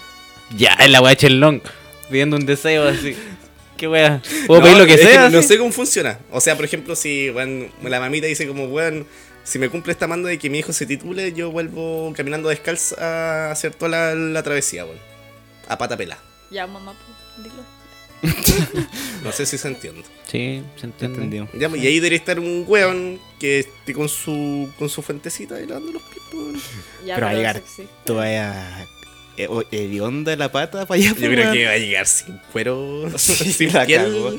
Speaker 1: Ya, es la weá de Chelong. Pidiendo un deseo así. ¿Qué weá? Puedo
Speaker 4: No,
Speaker 1: pedir lo que
Speaker 4: es
Speaker 1: sea.
Speaker 4: no
Speaker 1: así?
Speaker 4: sé cómo funciona. O sea, por ejemplo, si weón, la mamita dice como weón, si me cumple esta manda de que mi hijo se titule, yo vuelvo caminando descalza a hacer toda la, la travesía, weón. A pata pelada.
Speaker 3: Ya, mamá, pues, dilo.
Speaker 4: No sé si se entiende.
Speaker 1: Sí, se
Speaker 2: Te
Speaker 1: entiende.
Speaker 2: entendió.
Speaker 4: Ya, y ahí debería estar un weón que esté con su, con su fuentecita y lavando los pies. po, weón.
Speaker 3: Ya,
Speaker 2: Pero va a
Speaker 3: pero
Speaker 2: llegar
Speaker 3: sexy.
Speaker 2: toda eh, o- hedionda la pata para allá. pues,
Speaker 4: Yo creo que va a llegar sin cuero.
Speaker 2: Sí,
Speaker 4: sin
Speaker 2: la
Speaker 4: piel.
Speaker 2: cagó.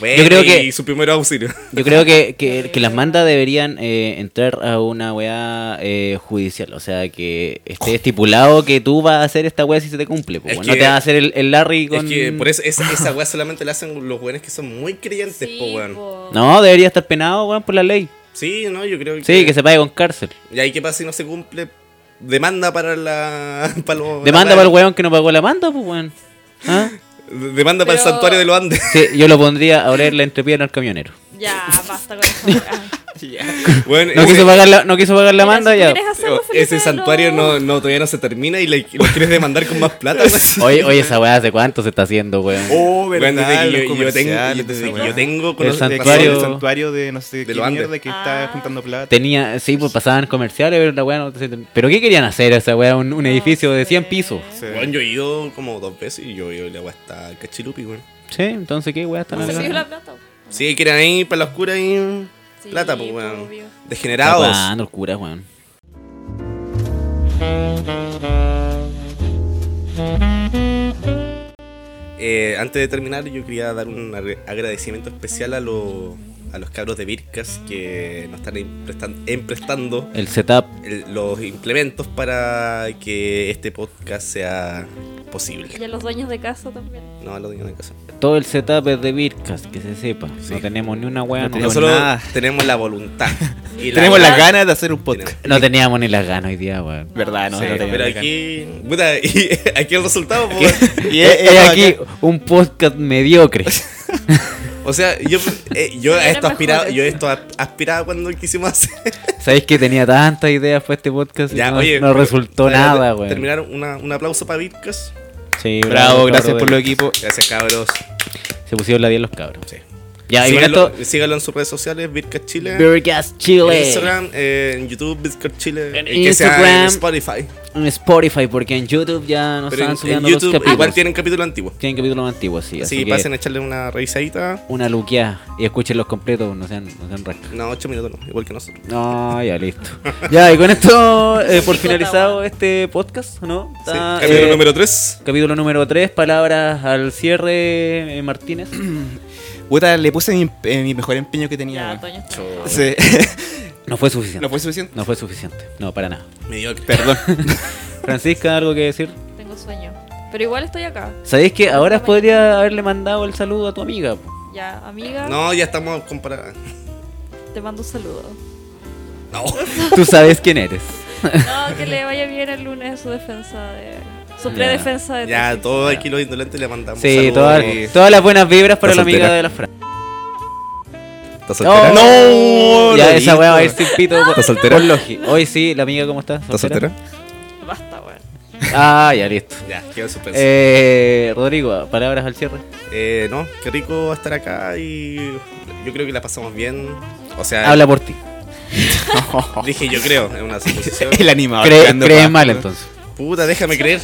Speaker 4: Bueno,
Speaker 1: Yo creo que-
Speaker 4: Y su primer auxilio.
Speaker 1: Yo creo que, que- que las mandas deberían eh, entrar a una weá eh, judicial. O sea, que esté estipulado que tú vas a hacer esta weá si se te cumple. po,
Speaker 4: Es
Speaker 1: weón.
Speaker 4: que-
Speaker 1: no te vas a hacer el, el Larry con.
Speaker 4: Es que por eso esa, esa weá solamente la hacen los weones que son muy creyentes,
Speaker 3: Sí,
Speaker 4: po, weón.
Speaker 3: po.
Speaker 1: No, debería estar penado, weón, por la ley.
Speaker 4: Sí, no, yo creo que.
Speaker 1: Sí, que se pague con cárcel.
Speaker 4: Y ahí qué pasa si no se cumple. Demanda para la. Para los-
Speaker 1: Demanda
Speaker 4: la-
Speaker 1: para el weón que no pagó la manda, pues, weón. ¿Ah?
Speaker 4: Demanda para el
Speaker 3: Pero-
Speaker 4: santuario de los Andes.
Speaker 1: Sí, yo lo pondría a oler la entrepierna al camionero.
Speaker 3: Ya, basta con eso. weón.
Speaker 4: Bueno,
Speaker 1: No quiso pagar la, no quiso pagar la
Speaker 3: Mira,
Speaker 1: manda,
Speaker 3: si tú
Speaker 1: ya.
Speaker 3: quieres hacerlo,
Speaker 4: ese
Speaker 3: Felipe,
Speaker 4: santuario
Speaker 3: lo-
Speaker 4: no, no, todavía no se termina y le, lo quieres demandar con más plata. weón.
Speaker 1: Oye, oye, esa weá, ¿hace cuánto se está haciendo, weón?
Speaker 2: Oh,
Speaker 4: Bueno, desde
Speaker 2: verdad.
Speaker 4: que
Speaker 2: los
Speaker 4: yo, yo tengo,
Speaker 2: comerciales,
Speaker 4: desde
Speaker 2: esa
Speaker 4: que
Speaker 2: wea.
Speaker 4: yo tengo cono-
Speaker 1: El
Speaker 2: De que
Speaker 1: santuario-
Speaker 2: el santuario de no sé
Speaker 4: de
Speaker 2: qué
Speaker 4: los Andes.
Speaker 2: mierda que
Speaker 3: Ah.
Speaker 2: está juntando plata.
Speaker 1: Tenía, sí, pues pasaban comerciales, pero la weá no se- Pero ¿qué querían hacer esa weá? Un, un edificio de 100
Speaker 3: sé.
Speaker 1: pisos.
Speaker 2: Sí.
Speaker 4: Weón, yo he ido como dos veces y yo he ido la weá hasta Cachilupi, weón.
Speaker 1: Sí, entonces ¿qué weá están
Speaker 3: ¿No se
Speaker 1: alegando?
Speaker 3: subió la plata?
Speaker 4: Sí, que eran ahí para la oscura y.
Speaker 3: Sí,
Speaker 4: plata, pues,
Speaker 3: po,
Speaker 4: weón.
Speaker 3: obvio.
Speaker 1: Está
Speaker 4: Degenerados.
Speaker 1: guando el cura, weón.
Speaker 4: Eh, antes de terminar, yo quería dar un agre- agradecimiento especial a, los a los cabros de Vircas que nos están emprestan- emprestando
Speaker 1: El setup.
Speaker 4: el- los implementos para que este podcast sea posible.
Speaker 3: Y a los dueños de casa también.
Speaker 4: No, lo digo en casa.
Speaker 1: Todo el setup es de Vircas, que se sepa.
Speaker 4: Sí.
Speaker 1: No tenemos ni una weá.
Speaker 2: No
Speaker 1: No,
Speaker 2: tenemos
Speaker 4: Nosotros
Speaker 2: nada.
Speaker 4: tenemos la voluntad. y
Speaker 2: Tenemos
Speaker 4: la
Speaker 2: las ganas de hacer un podcast.
Speaker 1: no teníamos ni las ganas hoy día, weón. Eh,
Speaker 2: Verdad, no,
Speaker 4: Sí,
Speaker 2: no teníamos
Speaker 4: pero
Speaker 2: las ganas.
Speaker 4: aquí. puta, y
Speaker 1: eh,
Speaker 4: aquí el resultado, pues.
Speaker 2: Y
Speaker 1: He
Speaker 2: es- es
Speaker 1: aquí un podcast mediocre.
Speaker 4: O sea, yo, eh, yo, a
Speaker 3: Eran
Speaker 4: esto aspiraba,
Speaker 3: mejores.
Speaker 4: yo a esto a- aspiraba cuando quisimos hacer.
Speaker 1: Sabéis que tenía tantas ideas para este podcast y
Speaker 4: Ya,
Speaker 1: no,
Speaker 4: oye,
Speaker 1: no
Speaker 4: pero-
Speaker 1: resultó
Speaker 4: para
Speaker 1: nada,
Speaker 4: te-
Speaker 1: güey.
Speaker 4: Terminar una- un aplauso para Vitcas.
Speaker 1: Sí,
Speaker 2: Bravo, gracias
Speaker 1: cabros,
Speaker 2: por los
Speaker 1: güey.
Speaker 2: equipos.
Speaker 4: Gracias, cabros.
Speaker 1: Se pusieron la 10 los cabros.
Speaker 4: Sí.
Speaker 1: Ya, y con
Speaker 4: síganlo,
Speaker 1: esto.
Speaker 4: síganlo en sus redes sociales, Vitcas Chile.
Speaker 1: Burgas
Speaker 4: En
Speaker 1: Chile.
Speaker 4: Instagram, eh, en YouTube, Bitcoin Chile.
Speaker 1: En
Speaker 4: y que sea en
Speaker 1: Instagram.
Speaker 4: Spotify.
Speaker 1: En Spotify, porque en YouTube ya no
Speaker 4: Pero
Speaker 1: están
Speaker 4: en, en
Speaker 1: subiendo los
Speaker 4: YouTube
Speaker 1: capítulos.
Speaker 4: igual tienen capítulo antiguo.
Speaker 1: Tienen capítulos antiguos, sí.
Speaker 4: Así
Speaker 1: Así
Speaker 4: que
Speaker 1: que
Speaker 4: pasen a echarle una revisadita.
Speaker 1: una luqueada y escuchen los completos, no sean, no sean rascas.
Speaker 4: No, 8 minutos no, igual que nosotros.
Speaker 1: No, ya listo. ya, y con esto, eh, por finalizado este podcast, ¿no?
Speaker 4: Sí.
Speaker 1: Está,
Speaker 4: Capítulo
Speaker 1: eh,
Speaker 4: número 3.
Speaker 1: Capítulo número 3, palabras al cierre, eh, Martínez.
Speaker 2: Puta, le puse mi, eh, mi mejor empeño que tenía.
Speaker 3: Ya,
Speaker 2: weón.
Speaker 3: Toño. está enojado.
Speaker 2: Sí.
Speaker 1: No fue suficiente.
Speaker 2: ¿No fue suficiente?
Speaker 1: No fue suficiente. No, para nada.
Speaker 4: Mediocre.
Speaker 2: Perdón.
Speaker 1: Francisca, ¿algo que decir?
Speaker 3: Tengo sueño. Pero igual estoy acá.
Speaker 1: ¿Sabéis que ahora podría haberle mandado el saludo a tu amiga? po?
Speaker 3: Ya, amiga,
Speaker 4: No, ya estamos comparados.
Speaker 3: te mando un saludo.
Speaker 4: No.
Speaker 1: Tú sabes quién eres.
Speaker 3: No, que le vaya bien el lunes su defensa de. Su
Speaker 1: Ya.
Speaker 3: predefensa de.
Speaker 4: Ya,
Speaker 3: tesis.
Speaker 4: todos aquí los indolentes le mandamos.
Speaker 1: Sí,
Speaker 4: saludos.
Speaker 1: todas,
Speaker 2: eh.
Speaker 1: todas las buenas vibras para
Speaker 4: ¿Está
Speaker 1: la amiga
Speaker 4: soltera?
Speaker 1: de la Fran.
Speaker 4: ¿Estás soltera?
Speaker 1: No.
Speaker 2: ¡No!
Speaker 1: ya
Speaker 2: lo
Speaker 1: esa
Speaker 2: dijo.
Speaker 1: weá va a ir sin pito. por-
Speaker 4: ¿Estás soltera?
Speaker 1: por logi- Hoy sí, la amiga, ¿cómo está?
Speaker 4: ¿Estás soltera?
Speaker 3: Basta, weón.
Speaker 1: Ah, ya listo.
Speaker 4: Ya, quedó en suspenso. Eh.
Speaker 1: Eh, Rodrigo, palabras al cierre.
Speaker 4: no, qué rico estar acá y yo creo que la pasamos bien. O sea,
Speaker 1: Habla por ti.
Speaker 4: dije yo creo, es una suposición.
Speaker 2: El animador.
Speaker 1: Cree-
Speaker 2: creando
Speaker 1: crees
Speaker 2: paja.
Speaker 1: mal entonces.
Speaker 4: Puta, déjame creer.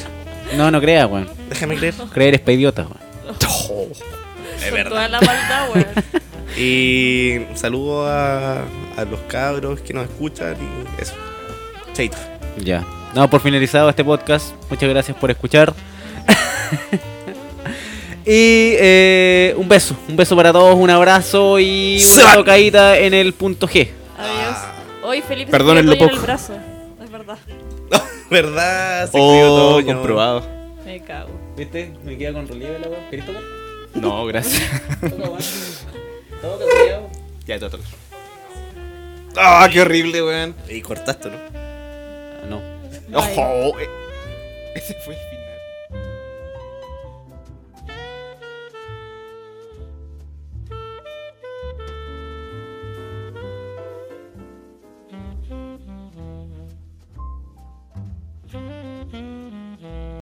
Speaker 1: No, no creas, weón.
Speaker 4: Déjame creer.
Speaker 1: Creer es pa' idiotas, weón.
Speaker 4: Es
Speaker 3: Con
Speaker 4: verdad.
Speaker 3: toda la maldad, weón.
Speaker 4: Y saludo a, a los cabros que nos escuchan y eso. Chaito.
Speaker 1: Ya. No, por finalizado este podcast, muchas gracias por escuchar. y eh, un beso, un beso para todos, un abrazo y
Speaker 4: Se
Speaker 1: una
Speaker 4: va.
Speaker 1: tocadita en el punto G.
Speaker 3: Adiós.
Speaker 4: Ah.
Speaker 3: Hoy Felipe
Speaker 2: Perdónenlo
Speaker 3: se puso en el
Speaker 2: poco.
Speaker 3: brazo. Es verdad.
Speaker 4: ¿Verdad? Se escribió
Speaker 2: Oh,
Speaker 4: Toño.
Speaker 2: comprobado.
Speaker 3: Me cago.
Speaker 1: ¿Viste? Me queda con relieve la weón. ¿Querés tocar?
Speaker 2: No, gracias.
Speaker 1: Toca, weón. Toca, culiao.
Speaker 2: ya, todo. todo. ¡Ah, qué horrible, weón!
Speaker 4: Y cortaste, ¿no?
Speaker 1: No.
Speaker 3: Bye.
Speaker 2: Ojo, eh. Ese fue el final.